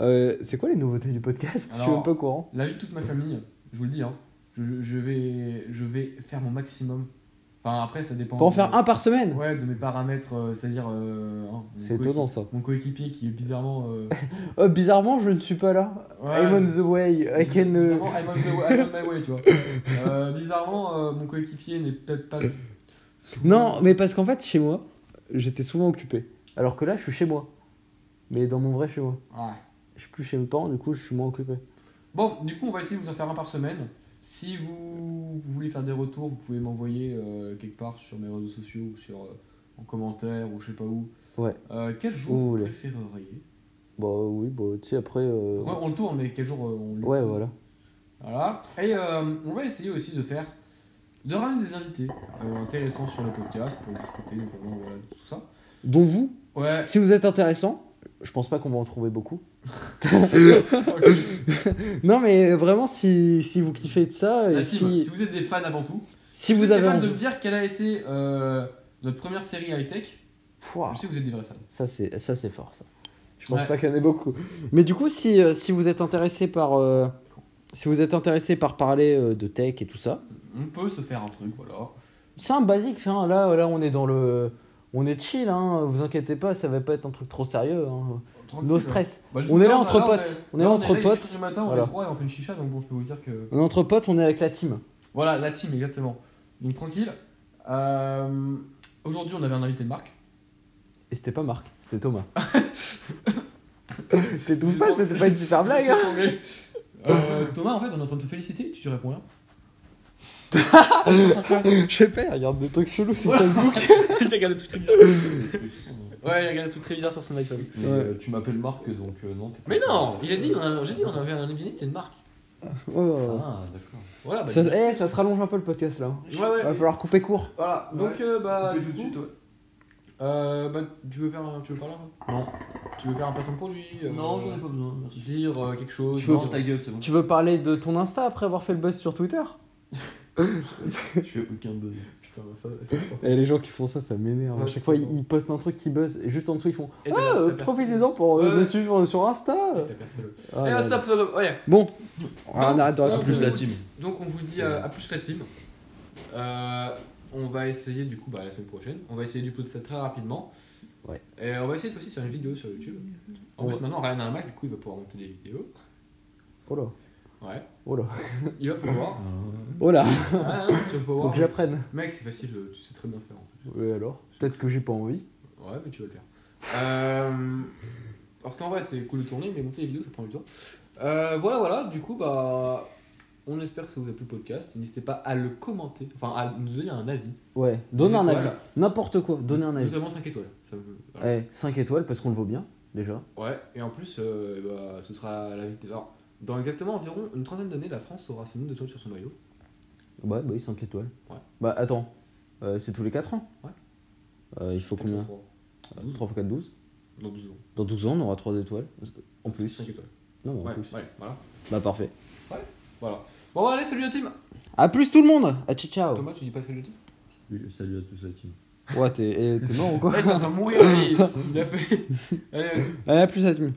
[SPEAKER 2] Euh, c'est quoi les nouveautés du podcast Je suis
[SPEAKER 1] Alors-
[SPEAKER 2] un peu courant.
[SPEAKER 1] La vie de toute ma famille, je vous le dis, hein. je, je- je vais, je vais faire mon maximum. Enfin, après, ça dépend.
[SPEAKER 2] Pour en
[SPEAKER 1] de-
[SPEAKER 2] faire un par semaine
[SPEAKER 1] Ouais, de mes paramètres, euh, c'est-à-dire. euh, hein, mon
[SPEAKER 2] C'est
[SPEAKER 1] coéquip-
[SPEAKER 2] étonnant ça.
[SPEAKER 1] Mon coéquipier qui est bizarrement. euh,
[SPEAKER 2] Euh, bizarrement, je ne suis pas là.
[SPEAKER 1] ouais,
[SPEAKER 2] I'm on the way. I can.
[SPEAKER 1] Bizarrement,
[SPEAKER 2] euh,
[SPEAKER 1] I'm on the- I'm on my way, tu vois. Euh, bizarrement, euh, mon coéquipier n'est peut-être pas.
[SPEAKER 2] Non, mais parce qu'en fait, chez moi, j'étais souvent occupé. Alors que là, je suis chez moi. Mais dans mon vrai chez moi.
[SPEAKER 1] Ouais.
[SPEAKER 2] Je suis plus chez mes parents, du coup, je suis moins occupé.
[SPEAKER 1] Bon, du coup, on va essayer de vous en faire un par semaine. Si vous voulez faire des retours, vous pouvez m'envoyer euh, quelque part sur mes réseaux sociaux ou sur, euh, en commentaire ou je sais pas où.
[SPEAKER 2] Ouais.
[SPEAKER 1] Euh, quel jour
[SPEAKER 2] Où vous
[SPEAKER 1] vous,
[SPEAKER 2] voulez.
[SPEAKER 1] préféreriez
[SPEAKER 2] Bah oui, bah tu sais, après. euh,
[SPEAKER 1] Ouais, On le tourne, mais quel jour euh, on le
[SPEAKER 2] Ouais,
[SPEAKER 1] tourne
[SPEAKER 2] voilà.
[SPEAKER 1] Voilà. Et euh, on va essayer aussi de faire de ramener des invités euh, intéressants sur le podcast pour discuter notamment voilà, de tout ça.
[SPEAKER 2] Dont vous,
[SPEAKER 1] Ouais.
[SPEAKER 2] si vous êtes intéressant, je pense pas qu'on va en trouver beaucoup. Non, mais vraiment, si, si vous kiffez de ça,
[SPEAKER 1] La
[SPEAKER 2] et
[SPEAKER 1] team,
[SPEAKER 2] si,
[SPEAKER 1] Bah, Ah, si vous êtes des fans avant tout,
[SPEAKER 2] si vous avez
[SPEAKER 1] capable de
[SPEAKER 2] envie.
[SPEAKER 1] me dire quelle a été euh, notre première série high-tech,
[SPEAKER 2] Pouah,
[SPEAKER 1] je sais que vous êtes des vrais fans.
[SPEAKER 2] ça, c'est, ça, c'est fort, ça. Je pense
[SPEAKER 1] Ouais.
[SPEAKER 2] pas qu'il y en ait beaucoup. Mais du coup, si, euh, si vous êtes intéressé par. euh, si vous êtes intéressé par parler euh, de tech et tout ça,
[SPEAKER 1] On peut se faire un truc, voilà.
[SPEAKER 2] C'est un basique, hein. là, là on est dans le... On est chill, hein. vous inquiétez pas, ça va pas être un truc trop sérieux. hein.
[SPEAKER 1] Tranquille,
[SPEAKER 2] No
[SPEAKER 1] hein.
[SPEAKER 2] stress.
[SPEAKER 1] Bah, du
[SPEAKER 2] On
[SPEAKER 1] coup,
[SPEAKER 2] est là
[SPEAKER 1] on
[SPEAKER 2] entre
[SPEAKER 1] on
[SPEAKER 2] potes. On est là entre
[SPEAKER 1] il est
[SPEAKER 2] potes.
[SPEAKER 1] 4 heures du matin, on
[SPEAKER 2] Voilà.
[SPEAKER 1] est trois et on fait une chicha, donc bon, je peux vous dire que.
[SPEAKER 2] On est entre potes, on est avec la team.
[SPEAKER 1] Voilà, la team, exactement. Donc tranquille. Euh, Aujourd'hui, on avait un invité de marque.
[SPEAKER 2] Et c'était pas Marc, c'était Thomas. T'étouffes pas, c'était pas une super blague. hein.
[SPEAKER 1] Euh, Thomas, en fait, on est en train de te féliciter, tu te réponds rien.
[SPEAKER 2] Je sais pas, il regarde des trucs chelous sur Facebook.
[SPEAKER 1] il regarde des trucs très bizarres. Ouais, il regarde des trucs très bizarres sur son iPhone.
[SPEAKER 3] euh, Mais, euh, tu m'appelles Marc, donc euh, non. t'es pas-
[SPEAKER 1] Mais non, il a dit, on a- j'ai dit, on avait un invité de marque.
[SPEAKER 2] Ouais, ouais, ouais.
[SPEAKER 3] Ah, d'accord.
[SPEAKER 1] Voilà, bah,
[SPEAKER 2] Oh. Ça,
[SPEAKER 1] il-
[SPEAKER 2] eh, ça se rallonge un peu le podcast là.
[SPEAKER 1] Ouais, ouais.
[SPEAKER 2] Va falloir couper court.
[SPEAKER 1] Voilà, donc euh, bah, du
[SPEAKER 3] Coupez tout de
[SPEAKER 1] coup,
[SPEAKER 3] suite, ouais.
[SPEAKER 1] euh, bah, tu veux faire un, tu veux parler hein
[SPEAKER 3] Non.
[SPEAKER 1] Tu veux faire un passant pour lui euh,
[SPEAKER 3] Non, j'en ai pas besoin, merci.
[SPEAKER 1] Dire euh, quelque chose.
[SPEAKER 3] Tu ta gueule, c'est bon.
[SPEAKER 2] Tu veux parler de ton Insta après avoir fait le buzz sur Twitter
[SPEAKER 3] Je fais aucun buzz.
[SPEAKER 1] Putain, ça. c'est fort.
[SPEAKER 2] Eh, Les gens qui font ça, ça m'énerve.
[SPEAKER 1] Ouais,
[SPEAKER 2] à chaque fois, ils,
[SPEAKER 1] vraiment.
[SPEAKER 2] ils postent un truc qui buzz et juste en dessous, ils font
[SPEAKER 1] Et t'as-
[SPEAKER 2] Ah, euh,
[SPEAKER 1] t'as
[SPEAKER 2] profitez-en pour euh,
[SPEAKER 1] Ouais,
[SPEAKER 2] me
[SPEAKER 1] ouais.
[SPEAKER 2] suivre sur Insta.
[SPEAKER 1] personne. T'as personne.
[SPEAKER 2] Ah,
[SPEAKER 1] Eh,
[SPEAKER 2] là, Ah, là.
[SPEAKER 1] stop, stop, stop. Ouais.
[SPEAKER 2] Bon, on arrête de
[SPEAKER 1] non,
[SPEAKER 3] À
[SPEAKER 2] raconter.
[SPEAKER 3] plus la team.
[SPEAKER 1] Donc on vous dit euh, à plus la team. Euh, on va essayer du coup bah, la semaine prochaine. On va essayer du coup de ça très rapidement.
[SPEAKER 2] Ouais.
[SPEAKER 1] Et on va essayer aussi de faire une vidéo sur YouTube. En
[SPEAKER 2] Ouais.
[SPEAKER 1] plus maintenant Ryan a un Mac, du coup il va pouvoir monter des vidéos.
[SPEAKER 2] Oh là,
[SPEAKER 1] Ouais.
[SPEAKER 2] oh là,
[SPEAKER 1] Il va pouvoir.
[SPEAKER 2] oh là,
[SPEAKER 1] ah, non, tu vas
[SPEAKER 2] faut
[SPEAKER 1] pouvoir.
[SPEAKER 2] que j'apprenne.
[SPEAKER 1] Mec c'est facile, euh, tu sais très bien faire. en
[SPEAKER 2] Oui, alors Peut-être que j'ai pas envie.
[SPEAKER 1] fait. Ouais mais tu vas le faire. Euh, parce qu'en vrai c'est cool de tourner mais monter les vidéos ça prend du temps. Euh, voilà voilà du coup bah on espère que ça vous a plu le podcast. N'hésitez pas à le commenter, enfin à nous donner un avis.
[SPEAKER 2] Ouais, donner un
[SPEAKER 1] étoiles.
[SPEAKER 2] avis. N'importe quoi, donner un avis.
[SPEAKER 1] Notamment 5 étoiles. Ça me- voilà.
[SPEAKER 2] Eh, 5 étoiles parce qu'on le vaut bien, déjà.
[SPEAKER 1] Ouais, et en plus, euh, bah, ce sera la victoire. Alors, dans exactement environ une trentaine d'années, la France aura ce nombre d'étoiles sur son maillot.
[SPEAKER 2] Ouais, bah oui, 5 étoiles.
[SPEAKER 1] Ouais.
[SPEAKER 2] Bah attends, euh, c'est tous les 4 ans
[SPEAKER 1] Ouais.
[SPEAKER 2] Euh, il faut combien
[SPEAKER 1] Trois.
[SPEAKER 2] 3 x 4, 12.
[SPEAKER 1] Dans 12 ans.
[SPEAKER 2] Dans 12 ans, on aura 3 étoiles. En plus.
[SPEAKER 1] 5 étoiles.
[SPEAKER 2] Non, mais en
[SPEAKER 1] Ouais,
[SPEAKER 2] plus.
[SPEAKER 1] ouais, voilà.
[SPEAKER 2] Bah parfait.
[SPEAKER 1] voilà. Bon, bah, allez, salut la team
[SPEAKER 2] À plus tout le monde À ciao ciao
[SPEAKER 1] Thomas, tu dis pas salut la team
[SPEAKER 3] Salut à tous la team.
[SPEAKER 2] Ouais, t'es eh, t'es mort ou quoi
[SPEAKER 1] Ouais, t'es en train de mourir, lui. Il a fait. Allez,
[SPEAKER 2] Allez, à plus à tout.